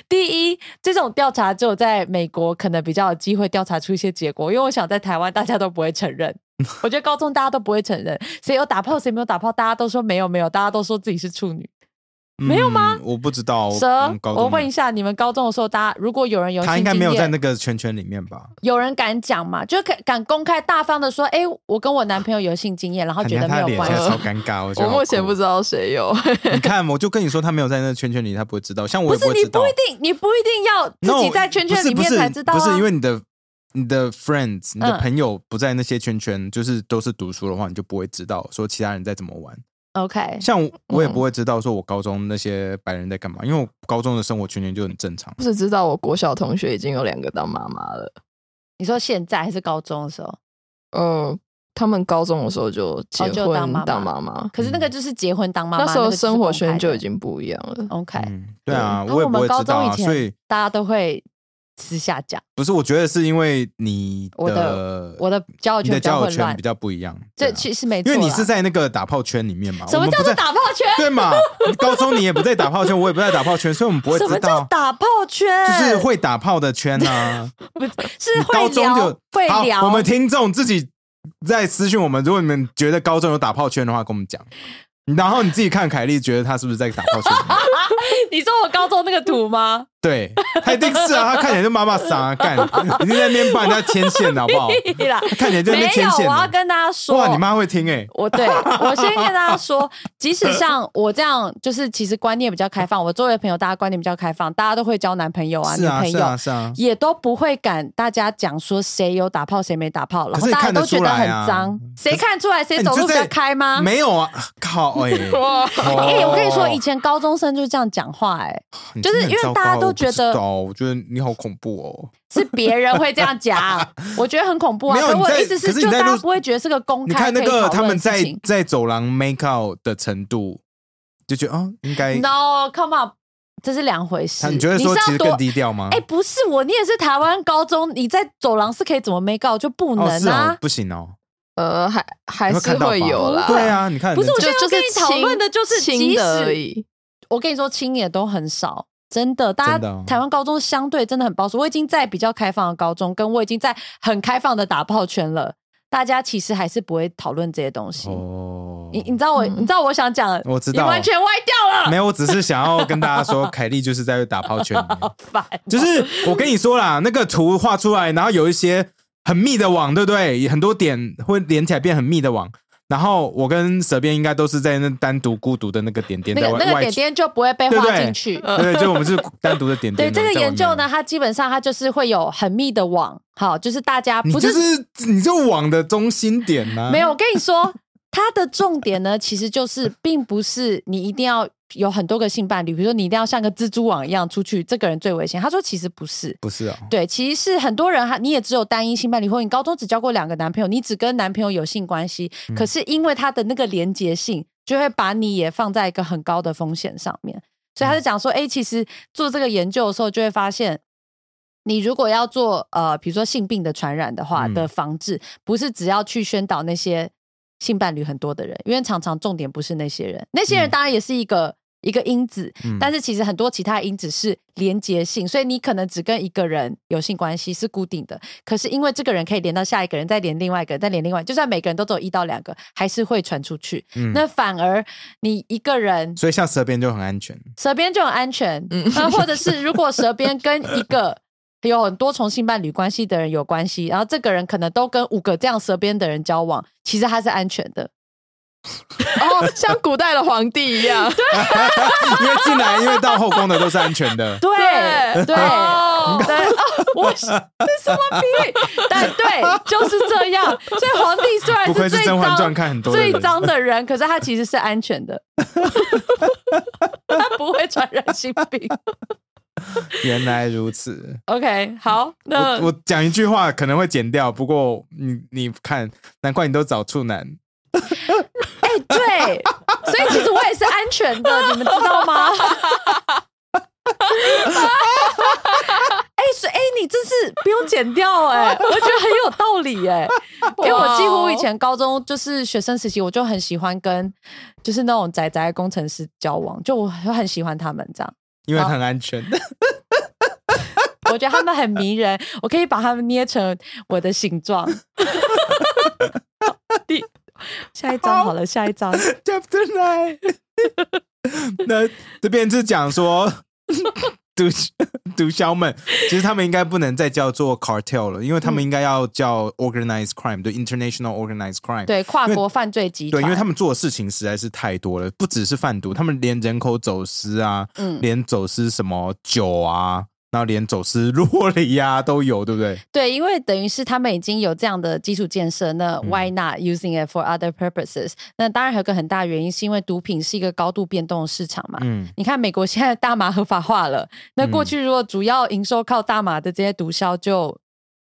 Speaker 2: 第一，这种调查只有在美国可能比较有机会调查出一些结果，因为我想在台湾大家都不会承
Speaker 1: <laughs>
Speaker 2: 认。我觉得高中大家都不会承认，谁有打炮谁没有打炮，大家都说没有没有，大家都说自己是处女。没有吗
Speaker 1: 嗯我不知道。
Speaker 2: 蛇
Speaker 1: 嗯，高中
Speaker 2: 我问一下，你们高中的时候，大家如果有人有
Speaker 1: 他
Speaker 2: 性
Speaker 1: 应该
Speaker 2: 经
Speaker 1: 没有
Speaker 2: 验
Speaker 1: 在那个圈圈里面吧？
Speaker 2: 有人敢讲嘛？就敢敢公开大方的说，哎、我跟我男朋友有性经验，然后
Speaker 1: 看
Speaker 2: 觉得
Speaker 1: 他的
Speaker 2: 没有
Speaker 1: 脸现
Speaker 2: 关
Speaker 1: 在
Speaker 2: 系。
Speaker 1: 超尴尬，我觉
Speaker 3: 我
Speaker 1: 得
Speaker 3: 目前不
Speaker 1: 知
Speaker 3: 知道谁有，
Speaker 1: 你看，我就跟你说，他没有在那个圈圈里，他不会知道。像我
Speaker 2: 不
Speaker 1: 也
Speaker 2: 是
Speaker 1: 会
Speaker 2: 你
Speaker 1: 知道
Speaker 2: 不一。定，你不一定要
Speaker 1: No，
Speaker 2: 自己在圈圈里
Speaker 1: 不
Speaker 2: 面
Speaker 1: 是
Speaker 2: 才知道、啊
Speaker 1: 不是不是因为你的你的 friends、你的
Speaker 2: 嗯
Speaker 1: 朋友不在那些圈圈，就是都是读书的话，你就不会知道说其他人在怎么玩。
Speaker 2: 嗯 OK，
Speaker 1: 像我我也
Speaker 3: 嗯
Speaker 1: 不会知道说我高中那些白人在干嘛，因为我高中的生活圈圈就很正常。
Speaker 3: 我只知道我国小同学已经有两个当妈妈了。
Speaker 2: 你说现在还是高中的时候，
Speaker 3: 呃，他们高中的时候就结
Speaker 2: 哦
Speaker 3: 婚、
Speaker 2: 就当妈妈
Speaker 3: 当妈妈，
Speaker 2: 可是那个就是结婚当妈妈，
Speaker 3: 那时候生活圈就已
Speaker 2: 经
Speaker 3: 经不一样了。
Speaker 2: OK。
Speaker 1: 嗯，对啊，
Speaker 2: 然后
Speaker 1: 我也不
Speaker 2: 我们
Speaker 1: 会
Speaker 2: 高
Speaker 1: 知道
Speaker 2: 中以
Speaker 1: 啊。
Speaker 2: 前
Speaker 1: 所以
Speaker 2: 大家都会私下讲，
Speaker 1: 不是，我觉得是因为你
Speaker 2: 我
Speaker 1: 的
Speaker 2: 我的交友
Speaker 1: 你
Speaker 2: 圈
Speaker 1: 的
Speaker 2: 比较
Speaker 1: 交友
Speaker 2: 混
Speaker 1: 圈
Speaker 2: 乱
Speaker 1: 比，较不一样，对
Speaker 2: 这
Speaker 1: 啊
Speaker 2: 其实没
Speaker 1: 因
Speaker 2: 错啦。
Speaker 1: 为你是在那个打炮圈里面嘛。
Speaker 2: 什
Speaker 1: 我
Speaker 2: 么
Speaker 1: 们
Speaker 2: 叫
Speaker 1: 不
Speaker 2: 做
Speaker 1: 在
Speaker 2: 打炮圈？
Speaker 1: 对嘛？你高中你也不在打炮圈，我也不在打炮圈， <laughs> 所以我们不会
Speaker 2: 什么
Speaker 1: 知
Speaker 2: 叫
Speaker 1: 道。
Speaker 2: 打炮圈？
Speaker 1: 就是会打炮的圈
Speaker 2: <laughs>
Speaker 1: 啊，
Speaker 2: 不是是
Speaker 1: 高
Speaker 2: 会
Speaker 1: 中
Speaker 2: 聊
Speaker 1: 就
Speaker 2: 会
Speaker 1: 好
Speaker 2: 聊。 <laughs>
Speaker 1: 我们听众自己在私讯我们，如果你们觉得高中有打炮圈的话，跟我们讲。然后你自己看凯莉，觉得她是不是在打炮圈里面？
Speaker 2: 你说我高中那个图吗？ <laughs>
Speaker 1: 对，她一定是啊，她看起来就妈妈桑啊，干，你在那边帮人家牵线的好不好？
Speaker 2: 屁啦，
Speaker 1: 她看起来哎就在
Speaker 2: 没
Speaker 1: 那边牵
Speaker 2: 有，啊
Speaker 1: 线
Speaker 2: 我要
Speaker 1: 的。
Speaker 2: 跟大家说，
Speaker 1: 哇，你妈会听哎、<laughs>
Speaker 2: 我对我先跟大家说，即使像我这样，就是其实观念比较开放，我周围的朋友大家观念比较开放，大家都会交男朋友啊、
Speaker 1: 是啊，
Speaker 2: 女
Speaker 1: 是
Speaker 2: 朋友。
Speaker 1: 啊，是啊。
Speaker 2: 也都不会敢大家讲说谁有打炮谁没打炮，然
Speaker 1: 可是
Speaker 2: 后
Speaker 1: 你
Speaker 2: 大家
Speaker 1: 看得
Speaker 2: 都觉
Speaker 1: 出
Speaker 2: 得
Speaker 1: 来
Speaker 2: 很
Speaker 1: 啊
Speaker 2: 脏，谁看出来谁
Speaker 1: 哎
Speaker 2: 走
Speaker 1: 你
Speaker 2: 路
Speaker 1: 就
Speaker 2: 比
Speaker 1: 在
Speaker 2: 较开吗？
Speaker 1: 没有啊，靠哎、
Speaker 3: 哇，
Speaker 2: <laughs> 哎、
Speaker 1: 哎
Speaker 2: 我跟你说，以前高中生就是这样讲话、哎，
Speaker 1: 你
Speaker 2: 就是
Speaker 1: 真的很
Speaker 2: 因为
Speaker 1: 糟
Speaker 2: 大家
Speaker 1: 糕
Speaker 2: 都
Speaker 1: 我不
Speaker 2: 觉
Speaker 1: 知
Speaker 2: 得
Speaker 1: 道我觉得你好恐怖哦。
Speaker 2: 是别人会这样
Speaker 1: <laughs>
Speaker 2: 讲，我觉得很恐怖啊。
Speaker 1: 没有
Speaker 2: 可
Speaker 1: 你
Speaker 2: 我的
Speaker 1: 在
Speaker 2: 意思
Speaker 1: 可是你
Speaker 2: 就
Speaker 1: 在
Speaker 2: 大家
Speaker 1: 路
Speaker 2: 不会觉得是个公
Speaker 1: 你
Speaker 2: 开
Speaker 1: 看那
Speaker 2: 可以
Speaker 1: 个
Speaker 2: 讨
Speaker 1: 他
Speaker 2: 论
Speaker 1: 们
Speaker 2: 的事
Speaker 1: 在
Speaker 2: 情。
Speaker 1: 在走廊 make out 的程度，就觉得哦，应该
Speaker 2: No，come on，这是两回事。
Speaker 1: 他你觉得
Speaker 2: 是
Speaker 1: 说其
Speaker 2: 要
Speaker 1: 实
Speaker 2: 多
Speaker 1: 更低调吗？
Speaker 2: 哎、不是我，你也是台湾高中，你在走廊是可以怎么没告就不能
Speaker 1: 哦是
Speaker 2: 啊
Speaker 1: 哦，？不行哦，
Speaker 3: 呃，还还
Speaker 1: 你会
Speaker 3: 是
Speaker 1: 看到吧
Speaker 3: 会有啦。
Speaker 1: 对，啊，你看
Speaker 2: 不是我
Speaker 1: 人家
Speaker 2: 觉
Speaker 3: 就
Speaker 2: 得要跟
Speaker 3: 就是
Speaker 2: 你讨
Speaker 3: 亲
Speaker 2: 论的就是
Speaker 3: 亲
Speaker 2: 即
Speaker 3: 的而
Speaker 2: 使
Speaker 3: 已。
Speaker 2: 我跟你说，亲也都很少。真的，大
Speaker 1: 真的
Speaker 2: 家
Speaker 1: 哦
Speaker 2: 台湾高中相对真的很保守。我已经在比较开放的高中，跟我已经在很开放的打炮圈了，大家其实还是不会讨论这些东西。
Speaker 1: 哦，
Speaker 2: 你你知道我、
Speaker 3: 嗯
Speaker 2: 你知道我想讲的，
Speaker 1: 我知
Speaker 2: 你
Speaker 1: 道
Speaker 2: 完全歪掉了，
Speaker 1: 没有，我只是想要跟大家说，凯莉就是在打炮圈里面，
Speaker 2: <laughs> 好烦。哦
Speaker 1: 就是我跟你说啦，那个图画出来，然后有一些。很密的网，对不对？很多点会连起来变很密的网。然后我跟蛇边应该都是在那单独孤独的那个点点
Speaker 2: 那
Speaker 1: 在
Speaker 2: 个
Speaker 1: 外
Speaker 2: 那个
Speaker 1: 外
Speaker 2: 点点就不会被
Speaker 1: 对不
Speaker 2: 画
Speaker 1: 对
Speaker 2: 进去。
Speaker 1: <laughs> 对，就我们是单独的点
Speaker 2: 对
Speaker 1: 点。
Speaker 2: 这个
Speaker 1: 在外
Speaker 2: 研究
Speaker 1: 面
Speaker 2: 呢，，它基本上它就是会有很密的网，好，就是大家
Speaker 1: 你
Speaker 2: 不
Speaker 1: 就是是你这网的中心点呐、
Speaker 2: 没有，我跟你说，它的重点呢， <laughs> 其实就是并不是你一定要有很多个性伴侣，比如说你一定要像个蜘蛛网一样出去，这个人最危险。他说其实不是。
Speaker 1: 不是哦，
Speaker 2: 对，其实是很多人哈，你也只有单一性伴侣，或你高中只交过两个男朋友，你只跟男朋友有性关系，可是因为他的那个连结性，就会把你也放在一个很高的风险上面。所以他就讲说，哎、其实做这个研究的时候，就会发现，你如果要做呃，比如说性病的传染的话
Speaker 1: 嗯
Speaker 2: 的防治，不是只要去宣导那些性伴侣很多的人，因为常常重点不是那些人，那些
Speaker 1: 嗯
Speaker 2: 人当然也是一个。一个因子，
Speaker 1: 嗯
Speaker 2: 但是其实很多其他因子是连结性，所以你可能只跟一个人有性关系是固定的，可是因为这个人可以连到下一个人，再连另外一个人，再连另外，就算每个人都只有一到两个，还是会传出去。
Speaker 1: 嗯
Speaker 2: 那反而你一个人
Speaker 1: 所以像蛇边就很安全。 <laughs>
Speaker 2: 蛇边就很安全，嗯、或者是如果蛇边跟一
Speaker 1: <laughs>
Speaker 2: 个有很多重性伴侣关系的人有关系，然后这个人可能都跟五个这样蛇边的人交往，其实他是安全的。
Speaker 3: 哦，像古代的皇帝一样，
Speaker 1: 因为进来，因为到后宫的都是安全
Speaker 2: <laughs>
Speaker 1: 的。
Speaker 2: 对 <laughs> 对
Speaker 1: <laughs>
Speaker 2: 对，
Speaker 3: 哦
Speaker 2: 哦我是这是什么比喻？但对，就是这样。所以皇帝虽然
Speaker 1: 不愧
Speaker 2: 是
Speaker 1: 是《
Speaker 2: 最
Speaker 1: 甄嬛传》
Speaker 2: 脏
Speaker 1: 看很多的
Speaker 2: 最
Speaker 1: 人，
Speaker 2: 脏的人，可是他其实是安全
Speaker 1: <laughs>
Speaker 2: 的，他不会传染性病。
Speaker 1: 原来如此。
Speaker 2: OK，好，那
Speaker 1: 我我讲一句话可能会剪掉，不过你你看，难怪你都找处男。
Speaker 2: 哎、 <laughs> 对，所以其实我也是安全的，你们知道吗？ <laughs> 哎、所以哎、你真是不用剪掉哎、我觉得很有道理哎、因为我几乎以前高中就是学生时期，我就很喜欢跟就是那种宅宅工程师交往，就我很喜欢他们这样，
Speaker 1: 因为很安全，
Speaker 2: 我觉得他们很迷人， <laughs> 我可以把他们捏成我的形状。第下一张好了，下一张。
Speaker 1: Chapter Nine。那这边是讲说， <laughs> 毒毒枭们，其实他们应该不能再叫做 cartel 了，因为他们应该要叫 organized crime，对 international organized crime。
Speaker 2: 对跨
Speaker 1: 因为
Speaker 2: 国犯罪集团，
Speaker 1: 对，因为他们做的事情实在是太多了，不只是贩毒，他们连人口走私啊，
Speaker 2: 嗯
Speaker 1: 连走私什么酒啊，然后连走私 <laughs> 洛梨呀、啊、都有，对不对？
Speaker 2: 对，因为等于是他们已经有这样的基础建设，那
Speaker 1: 嗯
Speaker 2: why not using it for other purposes？、那当然还有个很大原因，是因为毒品是一个高度变动的市场嘛。
Speaker 1: 嗯，
Speaker 2: <laughs> 你看，美国现在大麻合法化了，那过去如果主要营收靠大麻的这些毒枭就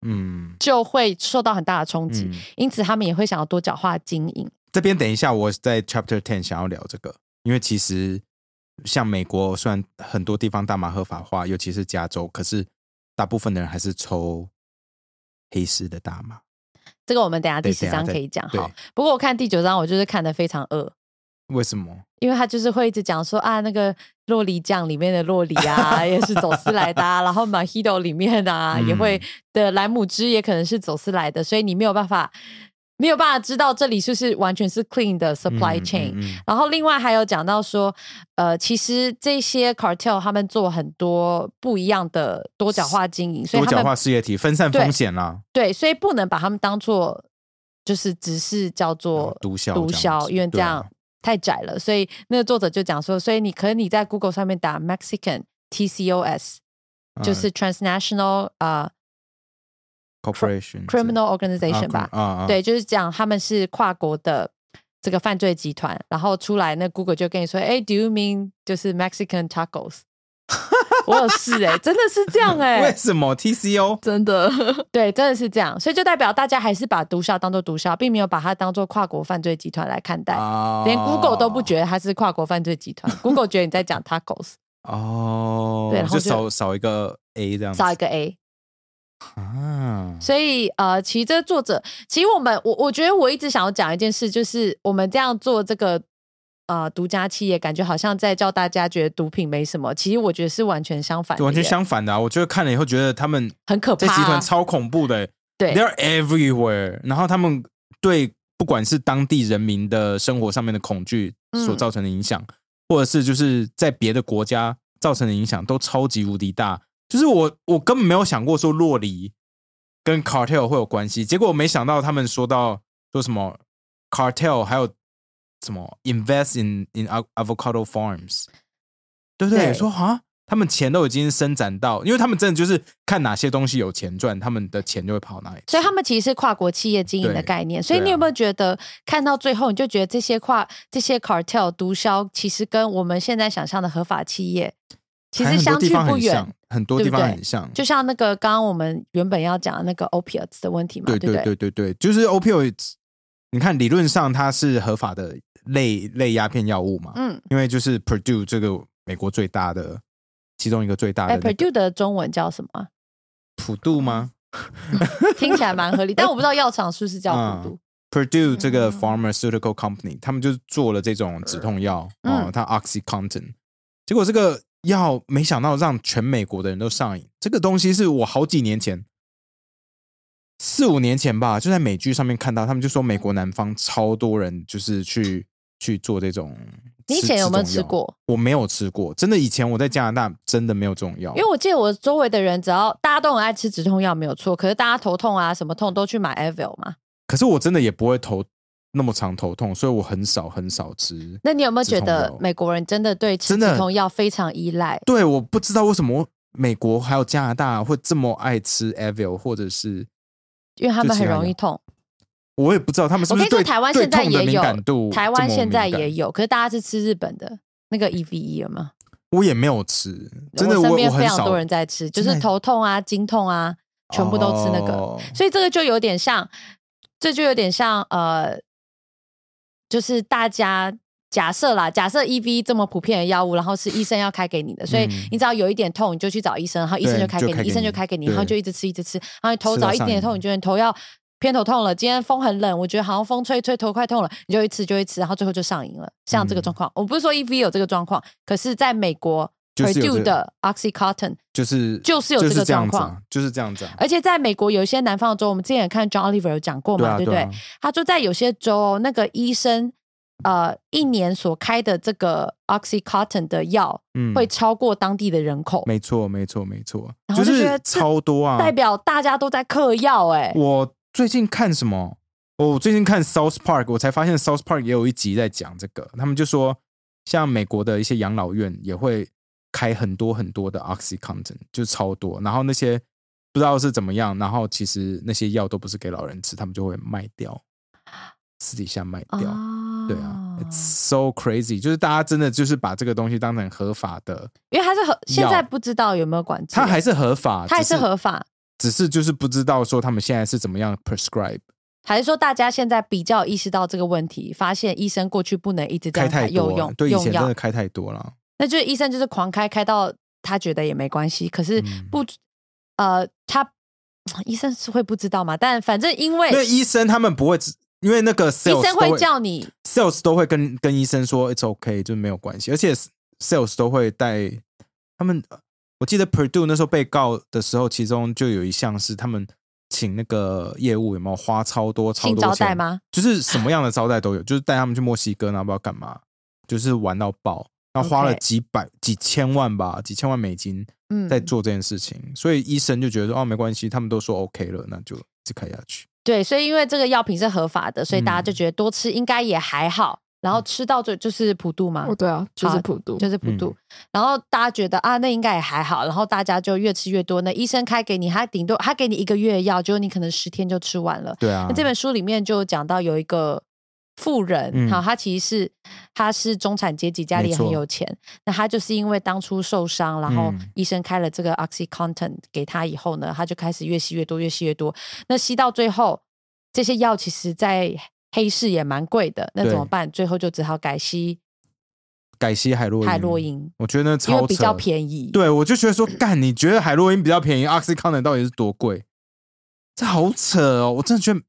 Speaker 1: 嗯
Speaker 2: 就会受到很大的冲击，
Speaker 1: 嗯，
Speaker 2: 因此他们也会想要多角化经营。
Speaker 1: 这边等一下，我在 Chapter Ten 想要聊这个，因为其实像美国，虽然很多地方大麻合法化，尤其是加州，可是大部分的人还是抽黑市的大麻。
Speaker 2: 这个我们等一下第
Speaker 1: 对
Speaker 2: 十
Speaker 1: 等一下
Speaker 2: 章
Speaker 1: 再
Speaker 2: 可以讲
Speaker 1: 对
Speaker 2: 好，不过我看第九章我就是看的非常饿，
Speaker 1: 为什么？
Speaker 2: 因为他就是会一直讲说啊，那个洛梨酱里面的洛梨啊，也是走私来
Speaker 1: <laughs>
Speaker 2: 的、啊，然后 Mojito 里面啊、
Speaker 1: 嗯
Speaker 2: 也会的莱姆汁也可能是走私来的，所以你没有办法没有办法知道这里是不是完全是 clean 的 supply
Speaker 1: 嗯
Speaker 2: chain。
Speaker 1: 嗯嗯
Speaker 2: 然后另外还有讲到说，呃，其实这些 cartel 他们做很多不一样的多角化经营，所以
Speaker 1: 多角
Speaker 2: 他
Speaker 1: 化
Speaker 2: 们
Speaker 1: 事业体，分散风险啦。
Speaker 2: 对，所以不能把他们当做就是只是叫做
Speaker 1: 哦毒枭
Speaker 2: 毒
Speaker 1: 这样
Speaker 2: 枭，
Speaker 1: 子
Speaker 2: 因为这
Speaker 1: 对啊
Speaker 2: 样太窄了。所以那个作者就讲说，所以你可能你在 Google 上面打 Mexican TCOS，、就
Speaker 1: 嗯
Speaker 2: 是 Transnational 啊、
Speaker 1: 啊 corporation
Speaker 2: Criminal
Speaker 1: 啊
Speaker 2: Organization 吧，
Speaker 1: 啊啊，
Speaker 2: 对，就是讲他们是跨国的。这个犯罪集团，然后出来，那 Google 就跟你说，哎，Do you mean 就是
Speaker 1: <laughs>
Speaker 2: Mexican tacos？我有事哎、真的是这样哎、
Speaker 1: 为什么 TCO？
Speaker 3: 真的，
Speaker 2: 对，真的是这样，所以就代表大家还是把毒枭当做毒枭，并没有把它当做跨国犯罪集团来看待，
Speaker 1: 哦
Speaker 2: 连 Google 都不觉得它是跨国犯罪
Speaker 1: <laughs>
Speaker 2: 集团，Google 觉得你在讲 tacos，
Speaker 1: 哦，
Speaker 2: 对然后
Speaker 1: 就
Speaker 2: 就
Speaker 1: 少少一个 A 这样子
Speaker 2: 少一个 A。
Speaker 1: 啊，
Speaker 2: 所以呃，其实这个作者，其实我们我我觉得我一直想要讲一件事，就是我们这样做这个呃独家企业，感觉好像在叫大家觉得毒品没什么，其实我觉得是完全相反的耶，
Speaker 1: 完全相反的啊！我觉得看了以后觉得他们
Speaker 2: 很哎可
Speaker 1: 这
Speaker 2: 怕、啊
Speaker 1: 集团超恐怖的
Speaker 2: 对
Speaker 1: ，They're everywhere。然后他们对不管是当地人民的生活上面的恐惧
Speaker 2: 嗯
Speaker 1: 所造成的影响，或者是就是在别的国家造成的影响，都超级无敌大。就是我我根本没有想过说洛梨跟 cartel 会有关系。结果没想到他们说到说什么 cartel，还有什么 invest in in av- avocado farms，对不对？
Speaker 2: 对
Speaker 1: 说啊，他们钱都已经伸展到，因为他们真的就是看哪些东西有钱赚，他们的钱就会跑哪里。
Speaker 2: 所以他们其实是跨国企业经营
Speaker 1: 对
Speaker 2: 的概念。所以
Speaker 1: 对啊
Speaker 2: 你有没有觉得看到最后，你就觉得这些跨这些 cartel 毒枭，其实跟我们现在想象的合法企业其
Speaker 1: 还
Speaker 2: 实
Speaker 1: 很多
Speaker 2: 相
Speaker 1: 地
Speaker 2: 去
Speaker 1: 方
Speaker 2: 不
Speaker 1: 很
Speaker 2: 远
Speaker 1: 像。，很多
Speaker 2: 对
Speaker 1: 地
Speaker 2: 不
Speaker 1: 方
Speaker 2: 对
Speaker 1: 很像，
Speaker 2: 就像那个刚刚我们原本要讲的那个 opiates 的问题嘛，
Speaker 1: 对
Speaker 2: 对不
Speaker 1: 对对对对，就是 opioids，你看理论上它是合法的类类鸦片药物嘛，
Speaker 2: 嗯，
Speaker 1: 因为就是 Purdue 这个美国最大的其中一个最大
Speaker 2: 哎
Speaker 1: 的那个
Speaker 2: ，Purdue 的中文叫什么啊？
Speaker 1: 普渡吗
Speaker 2: 听起来蛮
Speaker 1: <laughs>
Speaker 2: 合理，但我不知道药厂是不是叫
Speaker 1: 嗯
Speaker 2: Purdue。
Speaker 1: ？Purdue 这个
Speaker 3: 嗯
Speaker 1: pharmaceutical company，他们就是做了这种止痛药
Speaker 2: 嗯
Speaker 1: 哦，它 OxyContin，结果这个药没想到让全美国的人都上瘾。这个东西是我好几年前。四五年前吧，就在美剧上面看到，他们就说美国南方超多人就是去去做这种。
Speaker 2: 你以前有没有
Speaker 1: 这
Speaker 2: 吃
Speaker 1: 种药？
Speaker 2: 过？
Speaker 1: 我没有吃过，真的。以前我在加拿大真的没有这种药，
Speaker 2: 因为我记得我周围的人，只要大家都很爱吃止痛药，没有错。可是大家头痛啊，什么痛都去买 Avil 嘛。
Speaker 1: 可是我真的也不会头那么常头痛，所以我很少很少吃。
Speaker 2: 那你有没有
Speaker 1: 止
Speaker 2: 觉
Speaker 1: 痛
Speaker 2: 得
Speaker 1: 药
Speaker 2: 美国人真的对吃
Speaker 1: 真的
Speaker 2: 止痛药非常依赖？
Speaker 1: 对，我不知道为什么美国还有加拿大会这么爱吃 Avil，或者是
Speaker 2: 因为他们
Speaker 1: 就
Speaker 2: 很
Speaker 1: 其他
Speaker 2: 容易
Speaker 1: 药
Speaker 2: 痛。
Speaker 1: 我也不知道他们是
Speaker 2: 我
Speaker 1: 不
Speaker 2: 跟
Speaker 1: 是
Speaker 2: 你
Speaker 1: 对
Speaker 2: 说，台湾现在
Speaker 1: 对痛的
Speaker 2: 也
Speaker 1: 敏感
Speaker 2: 有，
Speaker 1: 度，
Speaker 2: 台湾现在也
Speaker 1: 有，
Speaker 2: 有，可是大家是吃日本的那个 EVE 有吗？
Speaker 1: 我也没有吃，真的我
Speaker 2: 我身边
Speaker 1: 我
Speaker 2: 非
Speaker 1: 很
Speaker 2: 常
Speaker 1: 少
Speaker 2: 多人在吃，就
Speaker 1: 真
Speaker 2: 是
Speaker 1: 的
Speaker 2: 头痛啊、经痛啊，全部都吃那个。
Speaker 1: 哦
Speaker 2: 所以这个就有点像，这就有点像呃，就是大家假设啦，假设 EV 这么普遍的药物，然后是医生要开给你的，所以
Speaker 1: 嗯
Speaker 2: 你只要有一点痛，你就去找医生，然后医生
Speaker 1: 对
Speaker 2: 就开给
Speaker 1: 就开
Speaker 2: 你，医
Speaker 1: 给
Speaker 2: 生就
Speaker 1: 你
Speaker 2: 开给你，然后
Speaker 1: 对
Speaker 2: 就一直吃一直吃，然后你头
Speaker 1: 吃到
Speaker 2: 找一点点
Speaker 1: 上
Speaker 2: 痛，
Speaker 1: 瘾
Speaker 2: 你觉得你头要。偏头痛了，今天风很冷，我觉得好像风吹吹头快痛了，你就一吃就一吃，然后最后就上瘾了。像这个
Speaker 1: 嗯
Speaker 2: 状况，我不是说 EV 有这个状况，可是在美国
Speaker 1: 就是有这
Speaker 2: Purdue 的 OxyContin
Speaker 1: 就是
Speaker 2: 就是有这
Speaker 1: 就
Speaker 2: 个
Speaker 1: 是这样子
Speaker 2: 状
Speaker 1: 啊，就是这样子啊，
Speaker 2: 而且在美国有一些南方的州，我们之前也看 John Oliver 有讲过
Speaker 1: 对啊
Speaker 2: 嘛，呃不
Speaker 1: 对啊
Speaker 2: 他说在有些州哦，那个医生呃一年所开的这个 OxyContin 的药
Speaker 1: 嗯，
Speaker 2: 会超过当地的人口，
Speaker 1: 没错没错没错，
Speaker 2: 然后就觉
Speaker 1: 是
Speaker 2: 得这
Speaker 1: 超多啊，
Speaker 2: 代表大家都在嗑药哎、
Speaker 1: 我最近看什么？哦我最近看 South Park，我才发现 South Park 也有一集在讲这个。他们就说，像美国的一些养老院也会开很多很多的 OxyContin，就是超多。然后那些不知道是怎么样，然后其实那些药都不是给老人吃，他们就会卖掉，私底下卖掉。
Speaker 2: 啊
Speaker 1: 对啊，It's so crazy，就是大家真的就是把这个东西当成合法的，
Speaker 2: 因为它是合，现在
Speaker 1: 药
Speaker 2: 不知道有没有管制，
Speaker 1: 它还是合法，
Speaker 2: 它还
Speaker 1: 只
Speaker 2: 是合法，
Speaker 1: 只是就是不知道说他们现在是怎么样 prescribe。
Speaker 2: 还是说大家现在比较意识到这个问题，发现医生过去不能一直这
Speaker 1: 开
Speaker 2: 样
Speaker 1: 太
Speaker 2: 开
Speaker 1: 多
Speaker 2: 用
Speaker 1: 了
Speaker 2: 用
Speaker 1: 对以
Speaker 2: 用
Speaker 1: 前真
Speaker 2: 药
Speaker 1: 的，开太多了。
Speaker 2: 那就是医生就是狂开，开到他觉得也没关系，可是
Speaker 1: 嗯
Speaker 2: 不、呃，他医生是会不知道嘛？但反正因为
Speaker 1: 因为医生他们不会知，因为那个 sales
Speaker 2: 医生
Speaker 1: 都
Speaker 2: 会叫你
Speaker 1: sales 都会跟跟医生说 it's okay，就没有关系，而且 sales 都会带他们。我记得 Purdue 那时候被告的时候，其中就有一项是他们请那个业务有没有花超多超
Speaker 2: 性
Speaker 1: 多
Speaker 2: 招待
Speaker 1: 钱？
Speaker 2: 吗？
Speaker 1: 就是什么样的招待都有，就是带他们去墨西哥，然后不知道干嘛，就是玩到爆，然后花了
Speaker 2: OK
Speaker 1: 几百几千万吧，几千万美金，
Speaker 2: 嗯，
Speaker 1: 在做这件事情，所以医生就觉得说哦没关系，他们都说 OK 了，那就只开下去。
Speaker 2: 对，所以因为这个药品是合法的，所以大家
Speaker 1: 嗯
Speaker 2: 就觉得多吃应该也还好。然后吃到最就是普渡嘛
Speaker 3: 哦，，对啊，就是普渡，
Speaker 2: 就是普渡。
Speaker 1: 嗯
Speaker 2: 然后大家觉得啊，那应该也还好。然后大家就越吃越多。那医生开给你，他顶多他给你一个月的药，结果你可能十天就吃完了。
Speaker 1: 对啊，
Speaker 2: 那这本书里面就有讲到有一个富人，
Speaker 1: 嗯
Speaker 2: 好、他其实是他是中产阶级，家里
Speaker 1: 没
Speaker 2: 也
Speaker 1: 错
Speaker 2: 很有钱。那他就是因为当初受伤，然后
Speaker 1: 嗯
Speaker 2: 医生开了这个 OxyContin 给他以后呢，他就开始越吸越多，越吸越多。那吸到最后，这些药其实在黑市也蛮贵的，那
Speaker 1: 对
Speaker 2: 怎么办？最后就只好改吸
Speaker 1: 改吸海洛因，
Speaker 2: 海洛因，
Speaker 1: 我觉得那
Speaker 2: 因为
Speaker 1: 超
Speaker 2: 比较
Speaker 1: 扯。
Speaker 2: 便宜。
Speaker 1: 对，我就觉得说，干，你觉得海洛因比较便宜，OxyContin 到底是多贵？这好扯哦！我真的觉得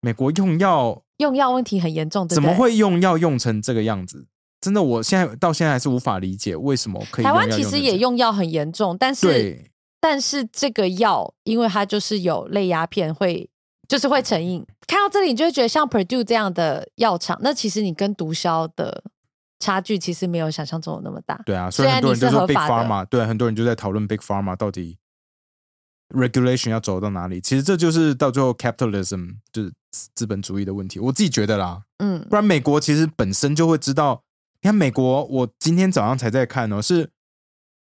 Speaker 1: 美国用药
Speaker 2: 用药问题很严重，对不
Speaker 1: 怎
Speaker 2: 对
Speaker 1: 么会用药用成这个样子？真的，我现在到现在还是无法理解为什么可以
Speaker 2: 台
Speaker 1: 用药
Speaker 2: 湾
Speaker 1: 用
Speaker 2: 其实
Speaker 1: 成
Speaker 2: 也
Speaker 1: 这
Speaker 2: 用药很严重，但是
Speaker 1: 对
Speaker 2: 但是这个药，因为它就是有类鸦片会。就是会成瘾。看到这里，你就会觉得像 Purdue 这样的药厂，那其实你跟毒枭的差距其实没有想象中的那么大。
Speaker 1: 对啊，所以
Speaker 2: 虽然
Speaker 1: 很多人
Speaker 2: 你
Speaker 1: 就是说
Speaker 2: 合
Speaker 1: Big
Speaker 2: 法的
Speaker 1: Pharma，对，很多人就在讨论 Big Pharma 到底 regulation 要走到哪里。其实这就是到最后 capitalism 就是资本主义的问题。我自己觉得啦，
Speaker 2: 嗯
Speaker 1: 不然美国其实本身就会知道。你看美国，我今天早上才在看哦，是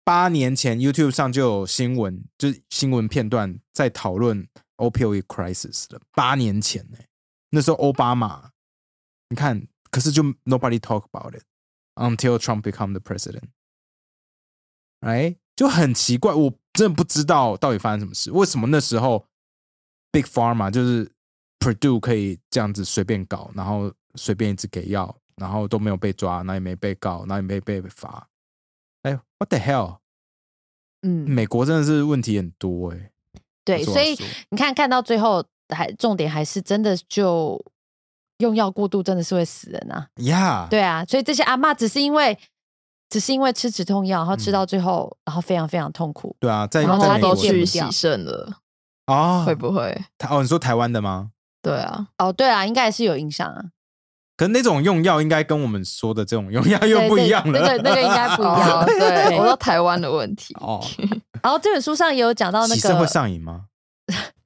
Speaker 1: 八年前 YouTube 上就有新闻，就是新闻片段在讨论 opioid crisis 了。八年前呢、那时候奥巴马，你看，可是就 nobody talk about it until Trump become the president，right？就哎很奇怪，我真的不知道到底发生什么事，为什么那时候 big pharma 就是 Purdue 可以这样子随便搞，然后随便一直给药，然后都没有被抓，然后也没被告，然后也没被罚。哎，what the hell？
Speaker 2: 嗯，
Speaker 1: 美国真的是问题很多哎、
Speaker 2: 对，
Speaker 1: 不是我
Speaker 2: 所以
Speaker 1: 说
Speaker 2: 你看看到最后还重点还是真的就用药过度真的是会死人啊。
Speaker 1: yeah，
Speaker 2: 对啊，所以这些阿嬷只是因为只是因为吃止痛药，然后吃
Speaker 1: 嗯
Speaker 2: 到最后，然后非常非常痛苦。
Speaker 1: 对啊，在
Speaker 2: 然后
Speaker 1: 在
Speaker 2: 他
Speaker 1: 美
Speaker 2: 都
Speaker 1: 国
Speaker 3: 都
Speaker 2: 见
Speaker 3: 去
Speaker 2: 不
Speaker 3: 洗
Speaker 2: 掉
Speaker 3: 肾了，
Speaker 1: 啊，
Speaker 3: 会不会？
Speaker 1: 台哦，你说台湾的吗？
Speaker 3: 对啊，
Speaker 2: 哦，对啊，应该也是有影响啊，
Speaker 1: 可是那种用药应该跟我们说的这种用药又
Speaker 2: 对
Speaker 1: 不
Speaker 2: 对
Speaker 1: 一样了，
Speaker 2: 那个那个应该不一样
Speaker 3: 哦对，
Speaker 2: <laughs> 对
Speaker 3: 我说台湾的问题，
Speaker 1: 哦，
Speaker 2: 然后这本书上也有讲到那
Speaker 1: 洗肾会
Speaker 2: 个
Speaker 1: 上瘾吗？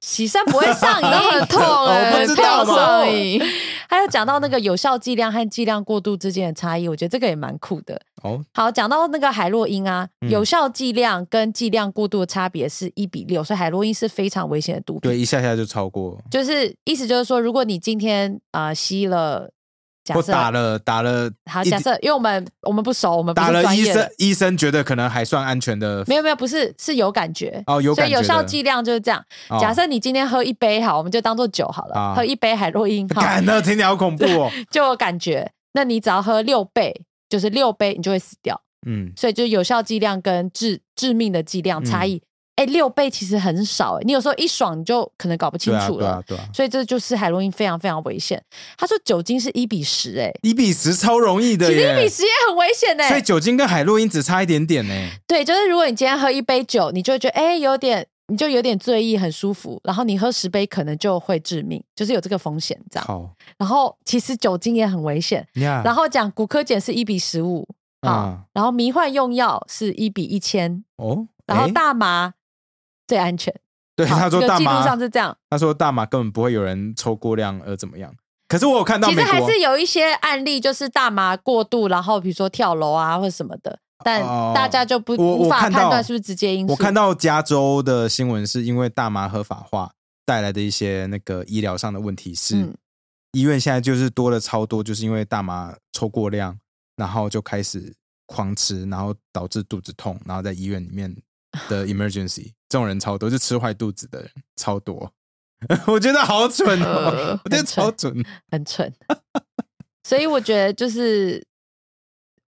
Speaker 2: 洗肾不会上瘾，
Speaker 1: <laughs>
Speaker 3: 很痛
Speaker 1: 哦
Speaker 3: 哎，
Speaker 1: 不知道
Speaker 3: 票
Speaker 1: 嘛
Speaker 3: 上瘾，
Speaker 2: 还有讲到那个有效剂量和剂量过度之间的差异，我觉得这个也蛮酷的。
Speaker 1: 哦，
Speaker 2: 好，讲到那个海洛因啊，
Speaker 1: 嗯
Speaker 2: 有效剂量跟剂量过度的差别是一比六，所以海洛因是非常危险的毒
Speaker 1: 对，
Speaker 2: 品。
Speaker 1: 一下下就超过，
Speaker 2: 就是意思就是说，如果你今天啊、呃吸了，假
Speaker 1: 我
Speaker 2: 设
Speaker 1: 打了打了
Speaker 2: 好，
Speaker 1: 一
Speaker 2: 假设因为我们我们不熟，我们不
Speaker 1: 打
Speaker 2: 是
Speaker 1: 了
Speaker 2: 专
Speaker 1: 医
Speaker 2: 业
Speaker 1: 生
Speaker 2: 的，
Speaker 1: 医生觉得可能还算安全的，
Speaker 2: 没有没有，不是是有感觉。
Speaker 1: 哦，有
Speaker 2: 所
Speaker 1: 感
Speaker 2: 以
Speaker 1: 觉
Speaker 2: 有
Speaker 1: 的
Speaker 2: 效剂量就是这样。
Speaker 1: 哦
Speaker 2: 假设你今天喝一杯好，我们就当做酒好了，
Speaker 1: 啊
Speaker 2: 喝一杯海洛因
Speaker 1: <laughs>
Speaker 2: 好，
Speaker 1: 干那听起来好恐怖哦。
Speaker 2: 就有感觉。那你只要喝六倍，就是六杯，你就会死掉。
Speaker 1: 嗯，
Speaker 2: 所以就是有效剂量跟致致命的剂量差异，哎、六倍其实很少、诶你有时候一爽你就可能搞不 <laughs> 清
Speaker 1: 对啊，
Speaker 2: 楚
Speaker 1: 对
Speaker 2: 了。
Speaker 1: 啊，对啊，
Speaker 2: 所以这就是海洛因非常非常危险。他说酒精是一比十，哎，
Speaker 1: 一比十超容易的
Speaker 2: 其实一
Speaker 1: 耶
Speaker 2: 比，十也很危险呢、
Speaker 1: 所以酒精跟海洛因只差一点点呢。
Speaker 2: 对，就是如果你今天喝一杯酒，你就会觉得哎、诶有点，你就有点醉意，很舒服。然后你喝十杯可能就会致命，就是有这个风险这样。
Speaker 1: 好
Speaker 2: 然后其实酒精也很危险。
Speaker 1: 呀，
Speaker 2: 然后讲骨科碱是一比十五啊
Speaker 1: 啊，
Speaker 2: 然后迷幻用药是一比一千，
Speaker 1: 哦，
Speaker 2: 然后
Speaker 1: 诶
Speaker 2: 大麻最安全。
Speaker 1: 对
Speaker 2: 好
Speaker 1: 他说
Speaker 2: 这个
Speaker 1: 大
Speaker 2: 记录
Speaker 1: 麻，
Speaker 2: 上是这样，
Speaker 1: 他说大麻根本不会有人抽过量而怎么样。可是我有看到
Speaker 2: 其实
Speaker 1: 美
Speaker 2: 还
Speaker 1: 国
Speaker 2: 是有一些案例，就是大麻过度，然后比如说跳楼啊或者什么的，但
Speaker 1: 哦
Speaker 2: 大家就不、
Speaker 1: 我
Speaker 2: 无
Speaker 1: 我
Speaker 2: 法
Speaker 1: 看
Speaker 2: 判
Speaker 1: 到
Speaker 2: 断是不是直接因素。
Speaker 1: 我看到加州的新闻是因为大麻合法化带来的一些那个医疗上的问题是，
Speaker 2: 嗯
Speaker 1: 医院现在就是多了超多，就是因为大麻抽过量，然后就开始狂吃，然后导致肚子痛，然后在医院里面
Speaker 2: <laughs>
Speaker 1: 的 emergency 这种人超多，就吃坏肚子的人超多。 <laughs> 我觉得好蠢哦
Speaker 3: <laughs> 呃，
Speaker 1: <laughs> 我觉得
Speaker 2: 很蠢
Speaker 1: 超蠢。
Speaker 2: 很蠢，所以我觉得就是，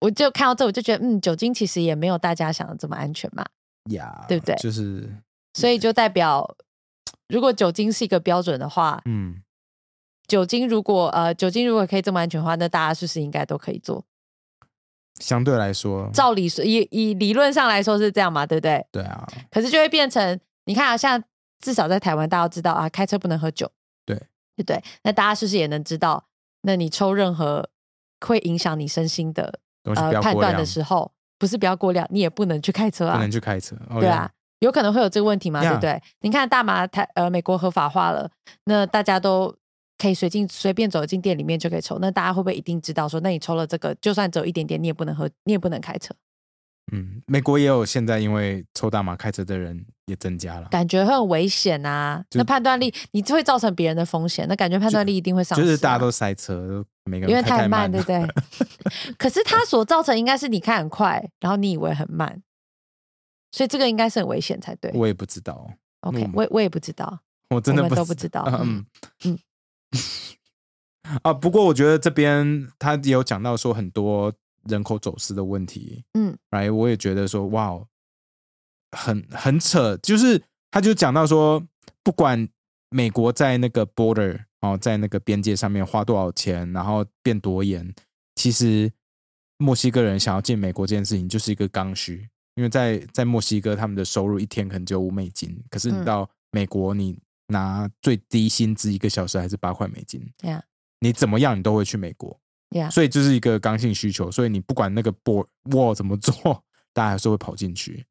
Speaker 2: 我就看到这我就觉得，嗯，酒精其实也没有大家想的这么安全嘛，
Speaker 1: 呀
Speaker 2: 对不对
Speaker 1: 就是，
Speaker 2: 所
Speaker 1: 嗯
Speaker 2: 以就代表。如果酒精是一个标准的话，
Speaker 1: 嗯，
Speaker 2: 酒精如果呃酒精如果可以这么安全的话，那大家是不是应该都可以做？
Speaker 1: 相对来说，
Speaker 2: 照理说，以以理论上来说是这样嘛，对不对？
Speaker 1: 对啊，
Speaker 2: 可是就会变成，你看啊，像至少在台湾，大家都知道啊，开车不能喝酒，
Speaker 1: 对
Speaker 2: 对不对？那大家是不是也能知道，那你抽任何会影响你身心的
Speaker 1: 东西不要
Speaker 2: 呃判
Speaker 1: 过
Speaker 2: 断
Speaker 1: 量，
Speaker 2: 的时候，不是不要过量，你也不能去开车
Speaker 1: 不
Speaker 2: 啊
Speaker 1: 能，去开车。哦
Speaker 2: 对啊，，有可能会有这个问题嘛，
Speaker 1: 呀
Speaker 2: 对不对？你看大麻台呃美国合法化了，那大家都。可以随进随便走进店里面就可以抽，那大家会不会一定知道说，那你抽了这个，就算只有一点点，你也不能喝，你也不能开车，
Speaker 1: 嗯，美国也有现在因为抽大麻开车的人也增加了，
Speaker 2: 感觉会很危险啊。
Speaker 1: 就
Speaker 2: 那判断力，你就会造成别人的风险，那感觉判断力一定会上
Speaker 1: 就
Speaker 2: 升、
Speaker 1: 是大家都塞车，每个人
Speaker 2: 啊因为
Speaker 1: 开
Speaker 2: 太慢，
Speaker 1: 慢
Speaker 2: 对
Speaker 1: 了
Speaker 2: 不对？ <laughs> 可是它所造成应该是你开很快，然后你以为很慢，所以这个应该是很危险才对。
Speaker 1: 我也不知道，
Speaker 2: OK，
Speaker 1: 嗯
Speaker 2: 我也我也不知道，
Speaker 1: 我真的
Speaker 2: 我们
Speaker 1: 不
Speaker 2: 都不知道
Speaker 1: 嗯
Speaker 2: 嗯
Speaker 1: 嗯。 <laughs> 啊，不过我觉得这边他也有讲到说很多人口走私的问题，
Speaker 2: 嗯，
Speaker 1: 来，我也觉得说哇哦，很很扯，就是他就讲到说，不管美国在那个 border 哦，在那个边界上面花多少钱，然后变多严，其实墨西哥人想要进美国这件事情就是一个刚需，因为在在墨西哥他们的收入一天可能只有五美金，可是你
Speaker 2: 嗯
Speaker 1: 到美国你拿最低薪资一个小时还是八块美金，
Speaker 2: 对啊呀
Speaker 1: 你怎么样你都会去美国，
Speaker 2: 呀，
Speaker 1: 所以这 <laughs> 是一个刚性需求，所以你不管那个 board wall 怎么做，大家还是会跑进去。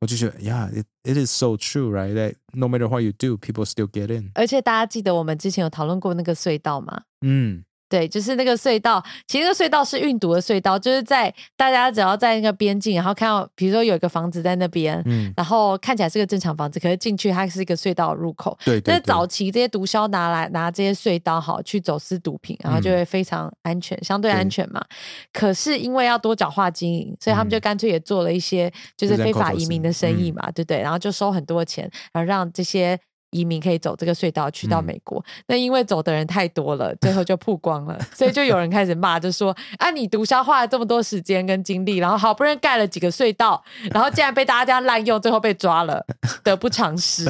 Speaker 1: 我就觉得，Yeah, it it is so true, right? That no matter what you do, people still get
Speaker 2: <laughs>
Speaker 1: in.
Speaker 2: 而且大家记得我们之前有讨论过那个隧道吗？
Speaker 1: 嗯，
Speaker 2: 对，就是那个隧道，其实那个隧道是运毒的隧道，就是在大家只要在那个边境，然后看到，比如说有一个房子在那边，
Speaker 1: 嗯
Speaker 2: 然后看起来是个正常房子，可是进去它是一个隧道入口。
Speaker 1: 对对
Speaker 2: <laughs> 那
Speaker 1: 对，
Speaker 2: 早期这些毒枭拿来拿这些隧道好去走私毒品，然后就
Speaker 1: 嗯
Speaker 2: 会非常安全，相对安
Speaker 1: 对
Speaker 2: 全嘛。可是因为要多角化经营，所以他们就
Speaker 1: 嗯
Speaker 2: 干脆也做了一些就是
Speaker 1: 就
Speaker 2: 非
Speaker 1: 人口
Speaker 2: 法
Speaker 1: 走
Speaker 2: 移
Speaker 1: 私
Speaker 2: 民的生意
Speaker 1: 嗯
Speaker 2: 嘛，对不对？然后就收很多钱，然后让这些。移民可以走这个隧道去到
Speaker 1: 嗯
Speaker 2: 美国，那因为走的人太多了，最后就曝
Speaker 1: <laughs>
Speaker 2: 光了，所以就有人开始骂，就说：“啊，你毒枭花了这么多时间跟精力，然后好不容易盖了几个隧道，然后竟然被大家这样滥用，最后被抓了，得不偿失。”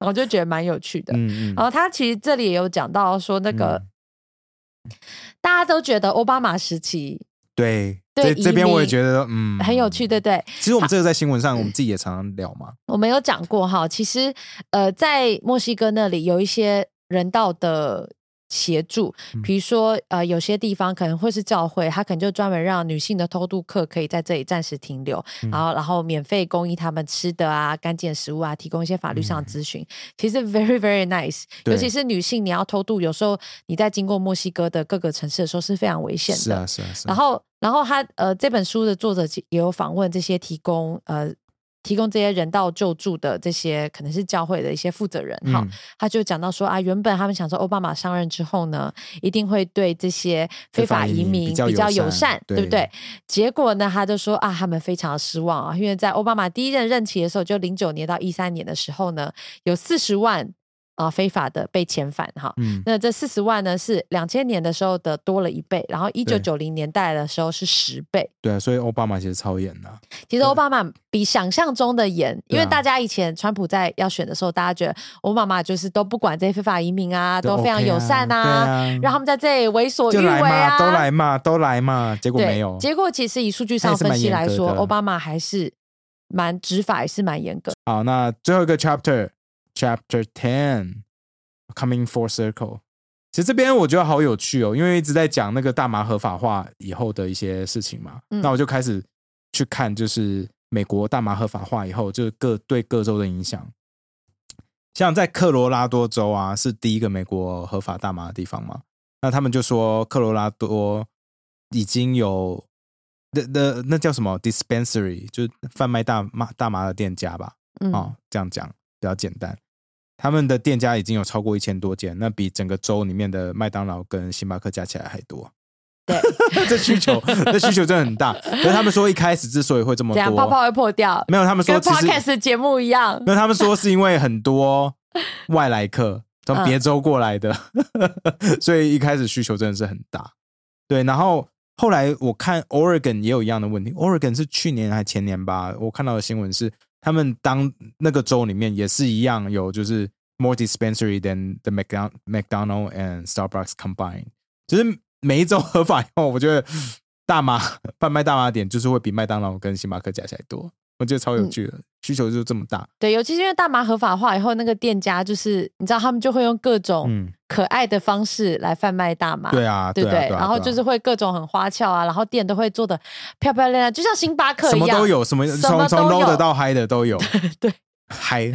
Speaker 2: 然后我就觉得蛮有趣的。
Speaker 1: 嗯嗯
Speaker 2: 然后他其实这里也有讲到说，那个、
Speaker 1: 嗯
Speaker 2: 大家都觉得奥巴马时期
Speaker 1: 对，
Speaker 2: 对
Speaker 1: 这
Speaker 2: 移
Speaker 1: 这边我也
Speaker 2: 民
Speaker 1: 觉得嗯
Speaker 2: <laughs> 很有趣，对嗯不对？
Speaker 1: 其实我们这个在新闻上，我们自己也常常聊嘛。
Speaker 2: 我们有讲过哈，其实呃，在墨西哥那里有一些人道的。协助，
Speaker 1: 嗯
Speaker 2: 比如说，呃，有些地方可能会是教会，他可能就专门让女性的偷渡客可以在这里暂时停留，
Speaker 1: 嗯
Speaker 2: 然后然后免费供应他们吃的啊、干净的食物啊，提供一些法律上的咨询。其实 very very nice，
Speaker 1: 嗯
Speaker 2: 尤
Speaker 1: 对
Speaker 2: 其是女性，你要偷渡，有时候你在经过墨西哥的各个城市的时候是非常危险的。
Speaker 1: 是啊，是啊，是啊。
Speaker 2: 然后，然后他呃，这本书的作者其也有访问这些提供呃提供这些人道救助的这些可能是教会的一些负责人哈，
Speaker 1: 嗯
Speaker 2: 他就讲到说啊，原本他们想说奥巴马上任之后呢，一定会对这些非
Speaker 1: 非法
Speaker 2: 法
Speaker 1: 移
Speaker 2: 移
Speaker 1: 民
Speaker 2: 民
Speaker 1: 比较
Speaker 2: 比较
Speaker 1: 友
Speaker 2: 友
Speaker 1: 善
Speaker 2: 善，对不
Speaker 1: 对
Speaker 2: 对？结果呢，他就说啊，他们非常失望啊，因为在奥巴马第一任任期的时候，就零九年到一三年的时候呢，有四十万啊、非法的被遣返哈，
Speaker 1: 嗯，
Speaker 2: 那这四十万呢，是两千年的时候的多了一倍，然后一九九零年代的时候是十倍。
Speaker 1: 对啊，所以奥巴马其实超严的啊，
Speaker 2: 其实奥巴马比想象中的严，因
Speaker 1: 对啊
Speaker 2: 为大家以前川普在要选的时候，大家觉得奥巴马就是都不管这些非法移民啊，都非常
Speaker 1: OK 啊
Speaker 2: 友善
Speaker 1: 对啊
Speaker 2: 让他们在这里为所欲
Speaker 1: 就
Speaker 2: 为
Speaker 1: 来嘛，
Speaker 2: 啊，
Speaker 1: 都来嘛，都来嘛，结果
Speaker 2: 对，
Speaker 1: 没有，
Speaker 2: 结果其实以数据
Speaker 1: 他
Speaker 2: 上
Speaker 1: 也是蛮
Speaker 2: 分析
Speaker 1: 严
Speaker 2: 来
Speaker 1: 格
Speaker 2: 说，
Speaker 1: 的
Speaker 2: 奥巴马还是蛮执法，也是蛮严格的。
Speaker 1: 好，那最后一个 chapter chapter ten coming full circle。其实这边我觉得好有趣哦，因为一直在讲那个大麻合法化以后的一些事情嘛，
Speaker 2: 嗯
Speaker 1: 那我就开始去看，就是美国大麻合法化以后，就是各对各州的影响。像在科罗拉多州啊，是第一个美国合法大麻的地方嘛，那他们就说科罗拉多已经有那那那叫什么 dispensary，就是贩卖大麻大麻的店家吧，
Speaker 2: 嗯，
Speaker 1: 哦，这样讲比较简单。他们的店家已经有超过一千多间，那比整个州里面的麦当劳跟星巴克加起来还多。<laughs>
Speaker 2: 对，
Speaker 1: 这需求，这需求真的很大。可是他们说一开始之所以会这么
Speaker 2: <laughs> 怎样泡泡
Speaker 1: 多，
Speaker 2: 会破掉，
Speaker 1: 没有，他们说
Speaker 2: 跟
Speaker 1: 其实
Speaker 2: podcast 的节目一样。
Speaker 1: 那他们说是因为很多外来客从别州过来的， <laughs> 所以一开始需求真的是很大。对，然后后来我看 Oregon 也有一样的问题，Oregon 是去年还前年吧，我看到的新闻是他们当那个州里面也是一样有就是 more dispensary than the McDonald McDonald and Starbucks combined，就是每一州合法以后，我觉得大麻 <laughs> 贩卖大麻点就是会比麦当劳跟星巴克加起来多。我觉得超有趣的，需求就这么大。
Speaker 2: 对，尤其是因为大麻合法化以后，那个店家就是你知道，他们就会用各种
Speaker 1: 嗯，
Speaker 2: 可爱的方式来贩卖大麻，
Speaker 1: 对啊，
Speaker 2: 对
Speaker 1: 啊
Speaker 2: 不
Speaker 1: 对啊，
Speaker 2: 然后
Speaker 1: 对啊
Speaker 2: 就是会各种很花俏啊，然后店都会做的漂漂亮亮，就像星巴克一
Speaker 1: 什
Speaker 2: 样，
Speaker 1: 么都有，什么
Speaker 2: 啊什么
Speaker 1: 从从
Speaker 2: 都
Speaker 1: low
Speaker 2: 有
Speaker 1: 的到 high 的都有，
Speaker 2: <laughs> 对 <laughs>
Speaker 1: 嗨，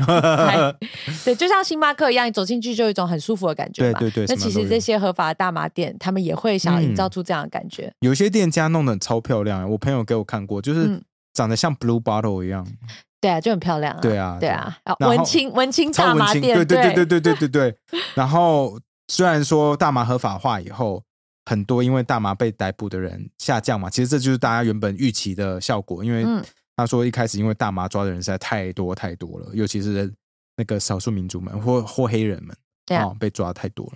Speaker 2: 对，就像星巴克一样，你走进去就有一种很舒服的感觉
Speaker 1: 对
Speaker 2: 嘛。
Speaker 1: 对对，
Speaker 2: 那
Speaker 1: 什么
Speaker 2: 其
Speaker 1: 都
Speaker 2: 实
Speaker 1: 有
Speaker 2: 这些合法的大麻店，他们也会想要营造
Speaker 1: 嗯
Speaker 2: 出这样的感觉。
Speaker 1: <laughs> 有些店家弄得超漂亮，我朋友给我看过，就是
Speaker 2: 嗯
Speaker 1: 长得像 blue bottle 一样，
Speaker 2: 对啊，就很漂亮啊。
Speaker 1: 对啊
Speaker 2: 对啊，啊
Speaker 1: 然后
Speaker 2: 文青文青
Speaker 1: 超
Speaker 2: 大
Speaker 1: 文
Speaker 2: 麻
Speaker 1: 青，
Speaker 2: 店，
Speaker 1: 对对对对对对对。 <laughs> 然后虽然说大麻合法化以后，很多因为大麻被逮捕的人下降嘛，其实这就是大家原本预期的效果，因为
Speaker 2: 嗯
Speaker 1: 他说一开始因为大麻抓的人实在太多太多了，尤其是那个少数民族们或或黑人们。
Speaker 2: 对啊
Speaker 1: 哦，被抓太多了。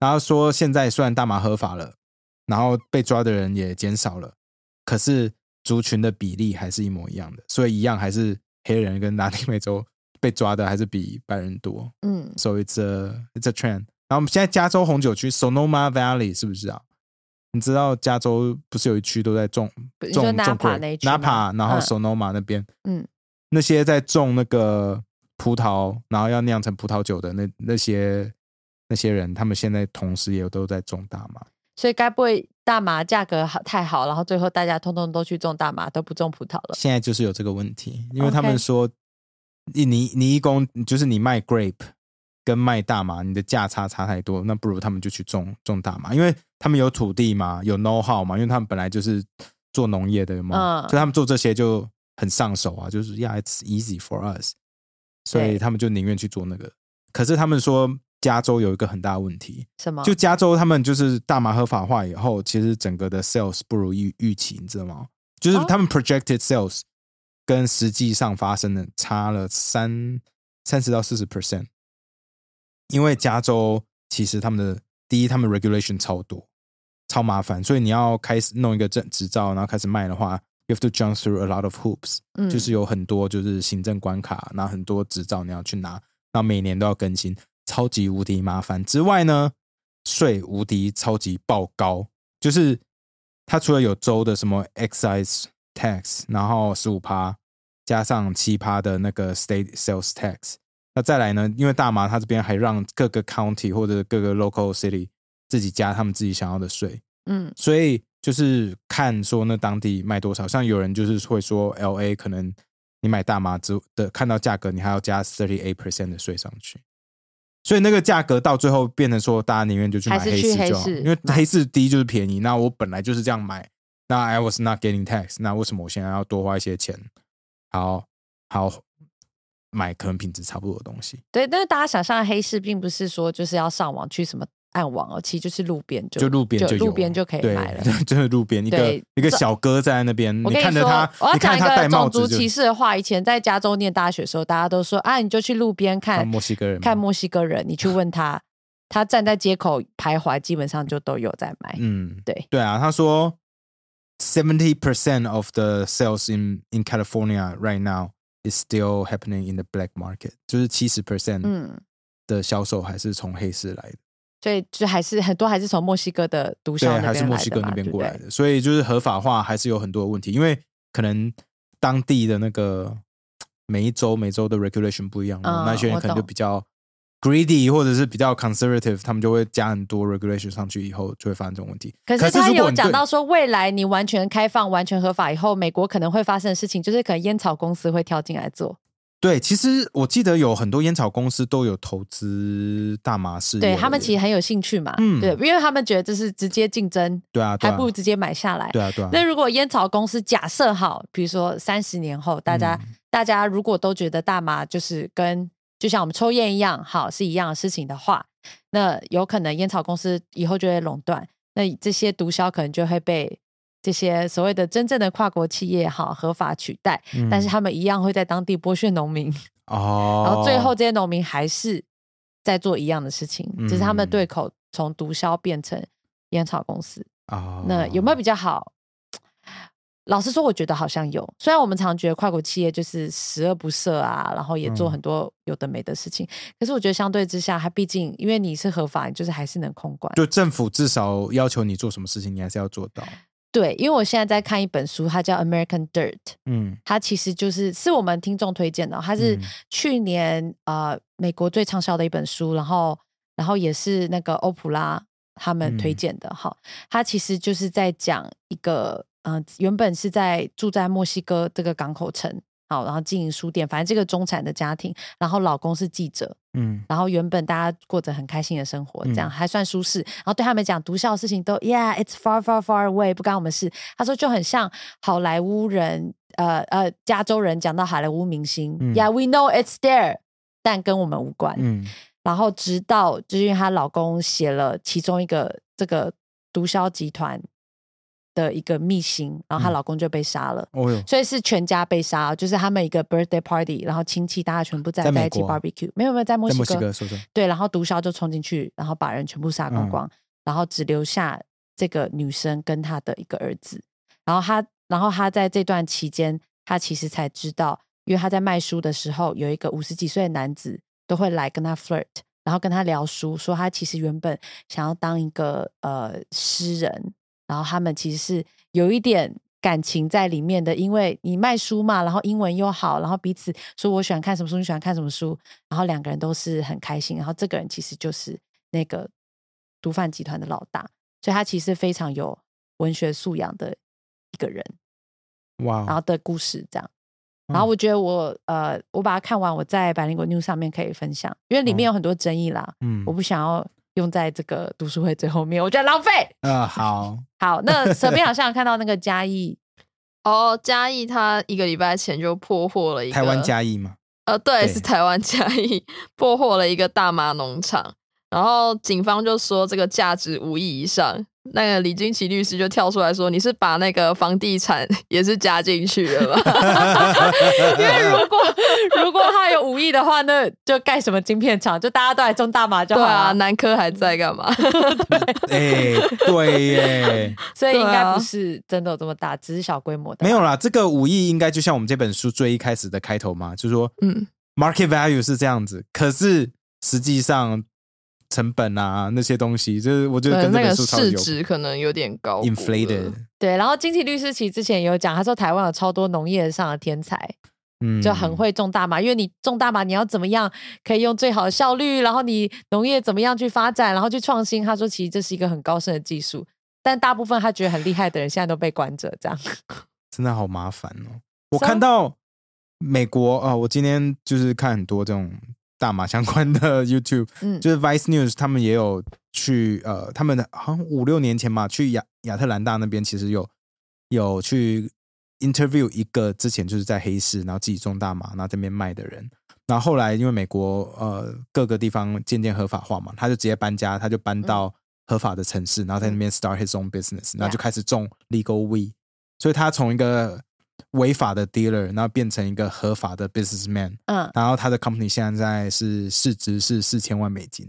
Speaker 1: 然后说现在虽然大麻合法了，然后被抓的人也减少了，可是族群的比例还是一模一样的，所以一样还是黑人跟拉丁美洲 <laughs> 被抓的还是比白人多。
Speaker 2: 嗯，
Speaker 1: So it's a it's a trend。然后我们现在加州红酒区 Sonoma Valley 是不是啊？你知道加州不是有一区都在种
Speaker 2: 你说
Speaker 1: 种
Speaker 2: Napa
Speaker 1: 种
Speaker 2: 那一区吗
Speaker 1: 纳帕，然后
Speaker 2: 嗯
Speaker 1: Sonoma 那边，
Speaker 2: 嗯，
Speaker 1: 那些在种那个葡萄，然后要酿成葡萄酒的那那些那些人，他们现在同时也都在种大麻。
Speaker 2: 所以该不会大麻价格好太好，然后最后大家通通都去种大麻，都不种葡萄了。
Speaker 1: 现在就是有这个问题，因为他们
Speaker 2: OK
Speaker 1: 说你你你一公就是你卖 grape 跟卖大麻，你的价差差太多，那不如他们就去种种大麻，因为他们有土地嘛，有 know how 嘛，因为他们本来就是做农业的嘛，
Speaker 2: 嗯
Speaker 1: 所以他们做这些就很上手啊，就是 yeah it's easy for us，所以
Speaker 2: 对
Speaker 1: 他们就宁愿去做那个。可是他们说加州有一个很大问题，
Speaker 2: 什么？
Speaker 1: 就加州他们就是大麻合法化以后，其实整个的 sales 不如预预期，你知道吗？就是
Speaker 2: 哦
Speaker 1: 他们 projected sales 跟实际上发生的差了三三十到四十 percent，因为加州其实他们的第一，他们 regulation 超多，超麻烦，所以你要开始弄一个证执照，然后开始卖的话，you have to jump through a lot of hoops，、
Speaker 2: 嗯
Speaker 1: 就是有很多就是行政关卡，然后很多执照你要去拿，那每年都要更新，超级无敌麻烦。之外呢，税无敌超级爆高，就是它除了有州的什么 excise tax，然后十五趴加上七趴的那个 state sales tax，那再来呢，因为大麻它这边还让各个 county 或者各个 local city 自己加他们自己想要的税，
Speaker 2: 嗯
Speaker 1: 所以就是看说那当地卖多少，像有人就是会说 L A 可能你买大麻之的看到价格，你还要加 thirty eight percent 的税上去，所以那个价格到最后变成说大家宁愿就去买
Speaker 2: 还是
Speaker 1: 黑
Speaker 2: 去
Speaker 1: 市
Speaker 2: 黑
Speaker 1: 就好，
Speaker 2: 市
Speaker 1: 因为
Speaker 2: 买
Speaker 1: 黑市第一就是便宜，那我本来就是这样买，那 I was not getting tax，那为什么我现在要多花一些钱，好好买可能品质差不多的东西？
Speaker 2: 对，但是大家想象的黑市并不是说就是要上网去什么暗网哦，其实就是路边就
Speaker 1: 就路边就有哦
Speaker 2: 路边就可
Speaker 1: <laughs>
Speaker 2: 以
Speaker 1: 对
Speaker 2: 买了。，
Speaker 1: 就是路边一个
Speaker 2: 对
Speaker 1: 一个
Speaker 2: 这
Speaker 1: 小哥站在那边，
Speaker 2: 我
Speaker 1: 你
Speaker 2: 跟
Speaker 1: 看着
Speaker 2: 说
Speaker 1: 他，，
Speaker 2: 我要
Speaker 1: 你
Speaker 2: 讲
Speaker 1: 看
Speaker 2: 一
Speaker 1: 他戴
Speaker 2: 个
Speaker 1: 帽
Speaker 2: 种
Speaker 1: 子
Speaker 2: 族
Speaker 1: 就
Speaker 2: 歧视的话。以前在加州念大学的时候，大家都说啊，你就去路边看
Speaker 1: 看墨西哥人吗
Speaker 2: 看墨西哥人，你去问他，他站在街口徘徊，基本上就都有在买。
Speaker 1: 嗯，
Speaker 2: 对
Speaker 1: 对啊，他说 seventy percent of the sales in in California right now is still happening in the black market，就是七十 percent
Speaker 2: 嗯，
Speaker 1: 的销售还是从黑市来的，
Speaker 2: 所以就还是很多还是从墨西哥的毒枭
Speaker 1: 对，
Speaker 2: 那
Speaker 1: 还是
Speaker 2: 边
Speaker 1: 墨
Speaker 2: 来
Speaker 1: 西
Speaker 2: 的
Speaker 1: 哥
Speaker 2: 嘛，
Speaker 1: 那
Speaker 2: 对
Speaker 1: 边
Speaker 2: 不
Speaker 1: 过来
Speaker 2: 对？
Speaker 1: 的，所以就是合法化还是有很多问题，因为可能当地的那个每一州每州的 regulation 不一样嘛，
Speaker 2: 嗯
Speaker 1: 那些人
Speaker 2: 我
Speaker 1: 可能就
Speaker 2: 懂
Speaker 1: 比较 greedy 或者是比较 conservative，他们就会加很多 regulation 上去，以后就会发生这种问题。
Speaker 2: 可是
Speaker 1: 是
Speaker 2: 他
Speaker 1: 如果
Speaker 2: 有
Speaker 1: 你
Speaker 2: 讲
Speaker 1: 对
Speaker 2: 到说，未来你完全开放、完全合法以后，美国可能会发生的事情，就是可能烟草公司会跳进来做。
Speaker 1: 对，其实我记得有很多烟草公司都有投资大麻事业的
Speaker 2: 对
Speaker 1: 耶，
Speaker 2: 他们其实很有兴趣嘛，
Speaker 1: 嗯
Speaker 2: 对，因为他们觉得这是直接竞争，
Speaker 1: 对啊，对
Speaker 2: 还
Speaker 1: 啊
Speaker 2: 不如直接买下来。
Speaker 1: 对啊对啊，
Speaker 2: 那如果烟草公司假设好，比如说三十年后，大家、
Speaker 1: 嗯
Speaker 2: 大家如果都觉得大麻就是跟就像我们抽烟一样，好是一样的事情的话，那有可能烟草公司以后就会垄断，那这些毒枭可能就会被这些所谓的真正的跨国企业好合法取代，
Speaker 1: 嗯
Speaker 2: 但是他们一样会在当地剥削农民，
Speaker 1: 哦，
Speaker 2: 然后最后这些农民还是在做一样的事情，只是他们
Speaker 1: 嗯
Speaker 2: 对口从毒枭变成烟草公司。
Speaker 1: 哦，
Speaker 2: 那有没有比较好？老实说，我觉得好像有。虽然我们常觉得跨国企业就是十恶不赦啊，然后也做
Speaker 1: 嗯
Speaker 2: 很多有的没的事情，可是我觉得相对之下，它毕竟因为你是合法，你就是还是能控管。
Speaker 1: 就政府至少要求你做什么事情，你还是要做到。
Speaker 2: 对，因为我现在在看一本书，它叫《American Dirt》，
Speaker 1: 嗯，
Speaker 2: 它其实就是是我们听众推荐的哦，它是
Speaker 1: 嗯
Speaker 2: 去年、呃美国最畅销的一本书，然后然后也是那个欧普拉他们推
Speaker 1: 嗯
Speaker 2: 荐的哈、它其实就是在讲一个嗯、呃原本是在住在墨西哥这个港口城。好，然后经营书店，反正这个中产的家庭，然后老公是记者，
Speaker 1: 嗯，
Speaker 2: 然后原本大家过着很开心的生活，这样
Speaker 1: 嗯
Speaker 2: 还算舒适。然后对他们讲毒枭的事情都，Yeah，it's far far far away，不干我们事。他说就很像好莱坞人，呃呃，加州人讲到好莱坞明星、
Speaker 1: 嗯
Speaker 2: y e a h we know it's there，但跟我们无关。
Speaker 1: 嗯
Speaker 2: 然后直到就是因为她老公写了其中一个这个毒枭集团的一个密信，然后她
Speaker 1: 嗯
Speaker 2: 老公就被杀了。
Speaker 1: 哦哟，
Speaker 2: 所以是全家被杀，就是他们一个 birthday party，然后亲戚大家全部站
Speaker 1: 在美
Speaker 2: 在一起
Speaker 1: 国啊
Speaker 2: barbecue，没有没有在墨
Speaker 1: 在
Speaker 2: 西
Speaker 1: 墨
Speaker 2: 哥，
Speaker 1: 西哥说说，
Speaker 2: 对，然后毒枭就冲进去，然后把人全部杀光光，然后只留下这个女生跟她的一个儿子。然后他，然后他在这段期间，他其实才知道，因为他在卖书的时候，有一个五十几岁的男子都会来跟他 flirt，然后跟他聊书，说他其实原本想要当一个呃诗人，然后他们其实是有一点感情在里面的，因为你卖书嘛，然后英文又好，然后彼此说我喜欢看什么书，你喜欢看什么书，然后两个人都是很开心，然后这个人其实就是那个毒贩集团的老大，所以他其实非常有文学素养的一个人，然
Speaker 1: 哇
Speaker 2: 后
Speaker 1: 哦，
Speaker 2: 的故事这样。然后
Speaker 1: 嗯
Speaker 2: 我觉得我呃，我把它看完，我在百灵果 news 上面可以分享，因为里面有很多争议啦，
Speaker 1: 哦嗯
Speaker 2: 我不想要用在这个读书会最后面，我觉得浪费。
Speaker 1: 呃，好，
Speaker 2: 好，
Speaker 1: <laughs>
Speaker 2: 那沈边好像有看到那个嘉义，
Speaker 3: 哦，嘉义他一个礼拜前就破获了一个
Speaker 1: 台湾嘉义嘛，
Speaker 3: 呃，对，
Speaker 1: 对
Speaker 3: 是台湾嘉义破获了一个大麻农场，然后警方就说这个价值五亿以上。那个李金奇律师就跳出来说：“你是把那个房地产也是加进去了 <laughs> 啊吧
Speaker 2: <laughs> 因为如果如果他有五亿的话，那就盖什么晶片厂，就大家都来种大麻？”就
Speaker 3: 对
Speaker 2: 好了、
Speaker 3: 啊，南科还在干嘛？
Speaker 1: 哎，对耶，
Speaker 2: 所以应
Speaker 3: 对
Speaker 2: 该
Speaker 3: 啊
Speaker 2: 不是真的有这么大，只是小规模的。
Speaker 1: 没有啦，这个五亿应该就像我们这本书最一开始的开头嘛，就是说，
Speaker 3: <laughs> 嗯
Speaker 1: ，market value 是这样子，可是实际上成本啊那些东西，就是我觉得
Speaker 3: 对，
Speaker 1: 跟这
Speaker 3: 那
Speaker 1: 本
Speaker 3: 个
Speaker 1: 书超
Speaker 3: 市
Speaker 1: 级有
Speaker 3: 值可能有点高估了
Speaker 1: inflated，
Speaker 2: 对，然后经济律师其实之前也有讲，他说台湾有超多农业上的天才，
Speaker 1: 嗯，
Speaker 2: 就很会种大麻，因为你种大麻，你要怎么样可以用最好的效率，然后你农业怎么样去发展，然后去创新。他说，其实这是一个很高深的技术，但大部分他觉得很厉害的人现在都被关着，这样。
Speaker 1: 真的好麻烦哦。我
Speaker 2: 是啊
Speaker 1: 看到美国啊、呃我今天就是看很多这种大麻相关的 <laughs> YouTube，
Speaker 2: 嗯，
Speaker 1: 就是 Vice News 他们也有去呃，他们好像五六年前嘛，去亚亚特兰大那边其实有有去 interview 一个之前就是在黑市，然后自己种大麻，然后这边卖的人。然后后来因为美国呃各个地方渐渐合法化嘛，他就直接搬家，他就
Speaker 2: 嗯
Speaker 1: 搬到合法的城市，然后在那边 start his own business，然后就开始种 legal weed，所以他从一个违法的 dealer，然后变成一个合法的 businessman。
Speaker 2: 嗯，
Speaker 1: 然后他的 company 现在是市值是四千万美金，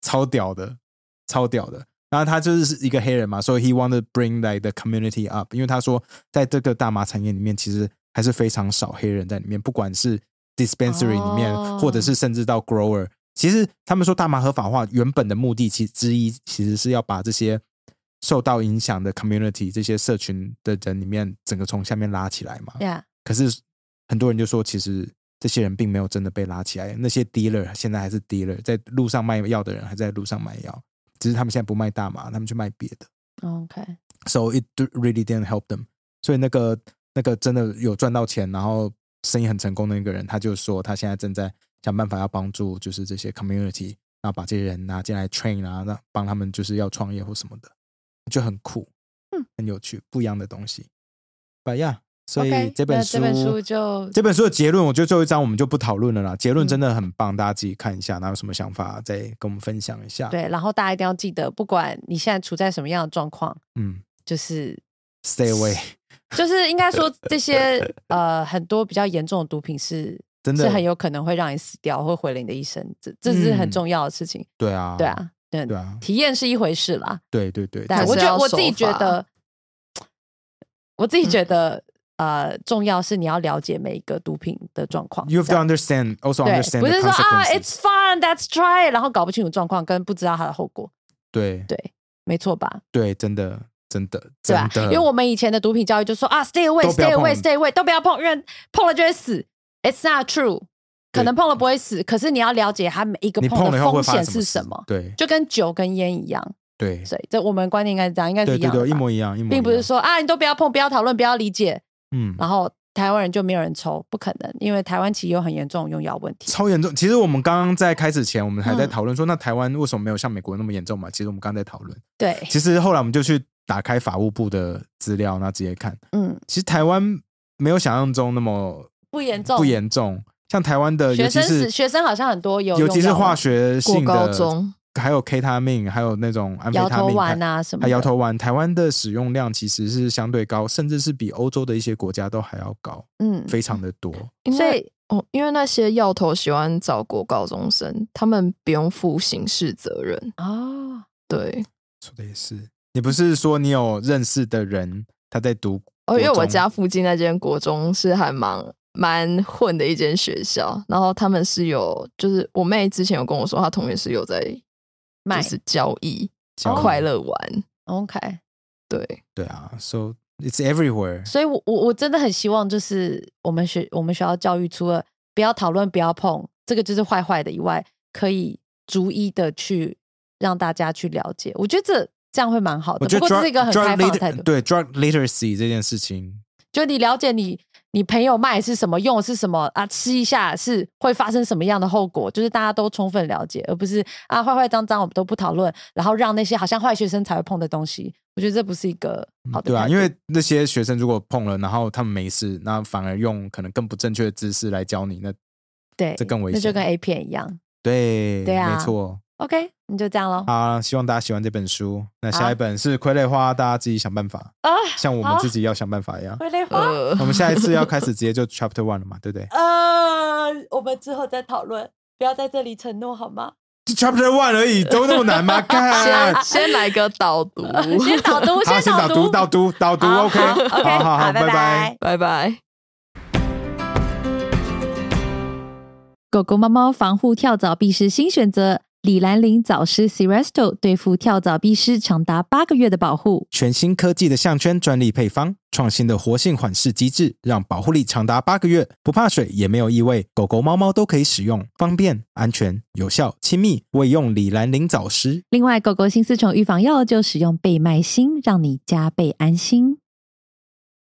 Speaker 1: 超屌的，超屌的。然后他就是一个黑人嘛，所以 he wanted to bring like the community up，因为他说在这个大麻产业里面，其实还是非常少黑人在里面，不管是 dispensary 里面，
Speaker 2: 哦
Speaker 1: 或者是甚至到 grower，其实他们说大麻合法化原本的目的其之一，其实是要把这些受到影响的 community 这些社群的人里面，整个从下面拉起来嘛。
Speaker 2: 对啊，
Speaker 1: 可是很多人就说，其实这些人并没有真的被拉起来，那些 dealer 现在还是 dealer，在路上卖药的人还在路上卖药，只是他们现在不卖大麻，他们去卖别的。
Speaker 2: 哦，OK，
Speaker 1: So it d- really didn't help them。所以那个那个真的有赚到钱，然后生意很成功的那个人，他就说他现在正在想办法要帮助就是这些 community，然后把这些人拿进来 train 啊，让帮他们就是要创业或什么的，就很酷，
Speaker 2: 嗯，
Speaker 1: 很有趣，不一样的东西。But yeah，所以
Speaker 2: OK，
Speaker 1: 这本
Speaker 2: 那
Speaker 1: 书
Speaker 2: 这本书就
Speaker 1: 这本书的结论，我觉得最后一章我们就不讨论了啦。结
Speaker 2: 嗯
Speaker 1: 论真的很棒，大家自己看一下，然后有什么想法再跟我们分享一下。，
Speaker 2: 对。然后大家一定要记得，不管你现在处在什么样的状况，
Speaker 1: 嗯
Speaker 2: 就是
Speaker 1: ，Stay away，
Speaker 2: 就是应该说这些呃很多比较严重的毒品是。
Speaker 1: 真的
Speaker 2: 是很有可能会让你死掉，会毁了你的一生，这这是很
Speaker 1: 嗯
Speaker 2: 重要的事情。
Speaker 1: 对啊，
Speaker 2: 对，啊，对
Speaker 1: 对啊，
Speaker 2: 体验是一回事啦，
Speaker 1: 对对对，
Speaker 2: 但
Speaker 3: 还
Speaker 2: 我觉
Speaker 3: 是
Speaker 2: 得
Speaker 3: 要
Speaker 2: 我自己
Speaker 3: 守
Speaker 2: 觉
Speaker 3: 法
Speaker 2: 得，我自己
Speaker 3: 嗯
Speaker 2: 觉得、呃，重要是你要了解每一个毒品的状况。
Speaker 1: You have
Speaker 2: 这
Speaker 1: to
Speaker 2: 样
Speaker 1: understand, also
Speaker 2: 对，
Speaker 1: understand
Speaker 2: 不
Speaker 1: the
Speaker 2: 是说啊
Speaker 1: consequences.
Speaker 2: ，it's fun, that's try，然后搞不清楚状况，跟不知道它的后果，
Speaker 1: 对
Speaker 2: 对，没错吧？
Speaker 1: 对，真的真的
Speaker 2: 对吧
Speaker 1: 真？的，
Speaker 2: 因为我们以前的毒品教育就说啊，stay
Speaker 1: 都不要
Speaker 2: away，stay
Speaker 1: 碰
Speaker 2: away，stay away，都不要碰，因为碰了就会死。It's not true，
Speaker 1: 对
Speaker 2: 可能碰了不会死，可是你要了解它每一个
Speaker 1: 你碰了
Speaker 2: 的
Speaker 1: 以后
Speaker 2: 风
Speaker 1: 会发
Speaker 2: 险
Speaker 1: 生
Speaker 2: 是
Speaker 1: 什
Speaker 2: 什
Speaker 1: 么
Speaker 2: 么
Speaker 1: 事？，对
Speaker 2: 就跟酒跟烟一样。
Speaker 1: 对
Speaker 2: 所以这我们观念应该是这样，应该是
Speaker 1: 对
Speaker 2: 一
Speaker 1: 对
Speaker 2: 样的吧
Speaker 1: 对，一模一样，一模一样，
Speaker 2: 并不是说啊，你都不要碰，不要讨论，不要理解，
Speaker 1: 嗯，
Speaker 2: 然后台湾人就没有人抽，不可能，因为台湾其实有很严重的用药问
Speaker 1: <laughs>
Speaker 2: 题。
Speaker 1: 超严重。其实我们刚刚在开始前，我们还在
Speaker 2: 嗯
Speaker 1: 讨论说，那台湾为什么没有像美国那么严重嘛？其实我们刚刚在讨论，
Speaker 2: 对，
Speaker 1: 其实后来我们就去打开法务部的资料，然后直接看，
Speaker 2: 嗯，
Speaker 1: 其实台湾没有想象中那么
Speaker 2: 不严重，
Speaker 1: 不。严重，像台湾的，尤
Speaker 2: 学
Speaker 1: 其
Speaker 2: 生
Speaker 1: 是
Speaker 2: 是学生好像很多有
Speaker 1: 尤其
Speaker 2: 用
Speaker 1: 是
Speaker 2: 药
Speaker 1: 化
Speaker 2: 物
Speaker 1: 学性
Speaker 3: 国高
Speaker 1: 的，
Speaker 3: 中
Speaker 1: 还有 K 他命，还有那种安非
Speaker 2: 摇
Speaker 1: 他
Speaker 2: 头
Speaker 1: 命，
Speaker 2: 丸啊什么
Speaker 1: 还
Speaker 2: 的，
Speaker 1: 摇头丸，台湾的使用量其实是相对高，甚至是比欧洲的一些国家都还要高，
Speaker 2: 嗯，
Speaker 1: 非常的多。
Speaker 3: 因
Speaker 2: 所
Speaker 3: 为
Speaker 2: 以
Speaker 3: 哦，因为那些药头喜欢找国高中生，他们不用负刑事责任。
Speaker 2: 哦，
Speaker 3: 对，
Speaker 1: 说的也是，你不是说你有认识的人他在读
Speaker 3: 哦，因为
Speaker 1: 国
Speaker 3: 我
Speaker 1: 中
Speaker 3: 家附近那间国中是还蛮蛮混的一间学校，然后他们是有，就是我妹之前有跟我说，她同学是有在
Speaker 2: 卖
Speaker 3: 就是交易
Speaker 1: 交易
Speaker 3: 快乐玩，
Speaker 2: OK，
Speaker 3: 对，
Speaker 1: 对啊，so it's everywhere。
Speaker 2: 所以我我我真的很希望，就是我们学我们学校教育，除了不要讨论、不要碰，这个就是坏坏的以外，可以逐一的去让大家去了解。我觉得这这样会蛮好
Speaker 1: 我
Speaker 2: 的。
Speaker 1: 觉得
Speaker 2: 不过
Speaker 1: drug,
Speaker 2: 这是一个很
Speaker 1: drug
Speaker 2: 开放
Speaker 1: liter-
Speaker 2: 的态度，
Speaker 1: 对 drug literacy 这件事情，
Speaker 2: 就你了解你你朋友卖是什么，用的是什么啊，吃一下是会发生什么样的后果，就是大家都充分了解，而不是啊坏坏脏脏我们都不讨论，然后让那些好像坏学生才会碰的东西，我觉得这不是一个好的
Speaker 1: 对啊，
Speaker 2: 态度
Speaker 1: 因为那些学生如果碰了，然后他们没事，那反而用可能更不正确的知识来教你，那
Speaker 2: 对
Speaker 1: 这更危
Speaker 2: 那就
Speaker 1: 险
Speaker 2: 跟 A 片一样。
Speaker 1: 对
Speaker 2: 对啊
Speaker 1: 没错。
Speaker 2: OK，那就这样喽。
Speaker 1: 啊，希望大家喜欢这本书。那
Speaker 2: 好
Speaker 1: 下一本是《傀儡花》，大家自己想办法，
Speaker 2: 啊，
Speaker 1: 像我
Speaker 2: 好
Speaker 1: 们自己要想办法一样。
Speaker 2: 回来花。
Speaker 3: 呃，
Speaker 1: 我们下一次要开始直接就 Chapter One 了嘛，对不
Speaker 2: <laughs>
Speaker 1: 对
Speaker 2: 呃，我们之后再讨论，不要在这里承诺好吗？
Speaker 1: 就？Chapter One 而已，都那么难
Speaker 2: <laughs>
Speaker 1: 吗？干
Speaker 2: 啊
Speaker 3: 先，先来个导读，
Speaker 2: 先导读，
Speaker 1: <laughs> 好，先导
Speaker 2: 导
Speaker 1: 读，导读，导读
Speaker 2: 好
Speaker 1: ，OK，
Speaker 2: 好 OK，
Speaker 1: 好好好，拜
Speaker 2: 拜。
Speaker 3: 拜拜。
Speaker 4: 狗狗、猫猫防护跳蚤必施新选择——李兰林早湿 Seresto，对付跳蚤必施长达八个月的保护。
Speaker 1: 全新科技的项圈专利配方，创新的活性缓释机制，让保护力长达八个月，不怕水，也没有异味，狗狗、猫猫都可以使用，方便、安全、有效、亲密。未用李兰林早湿。
Speaker 4: 另外，狗狗新丝虫预防药就使用倍麦星，让你加倍安心。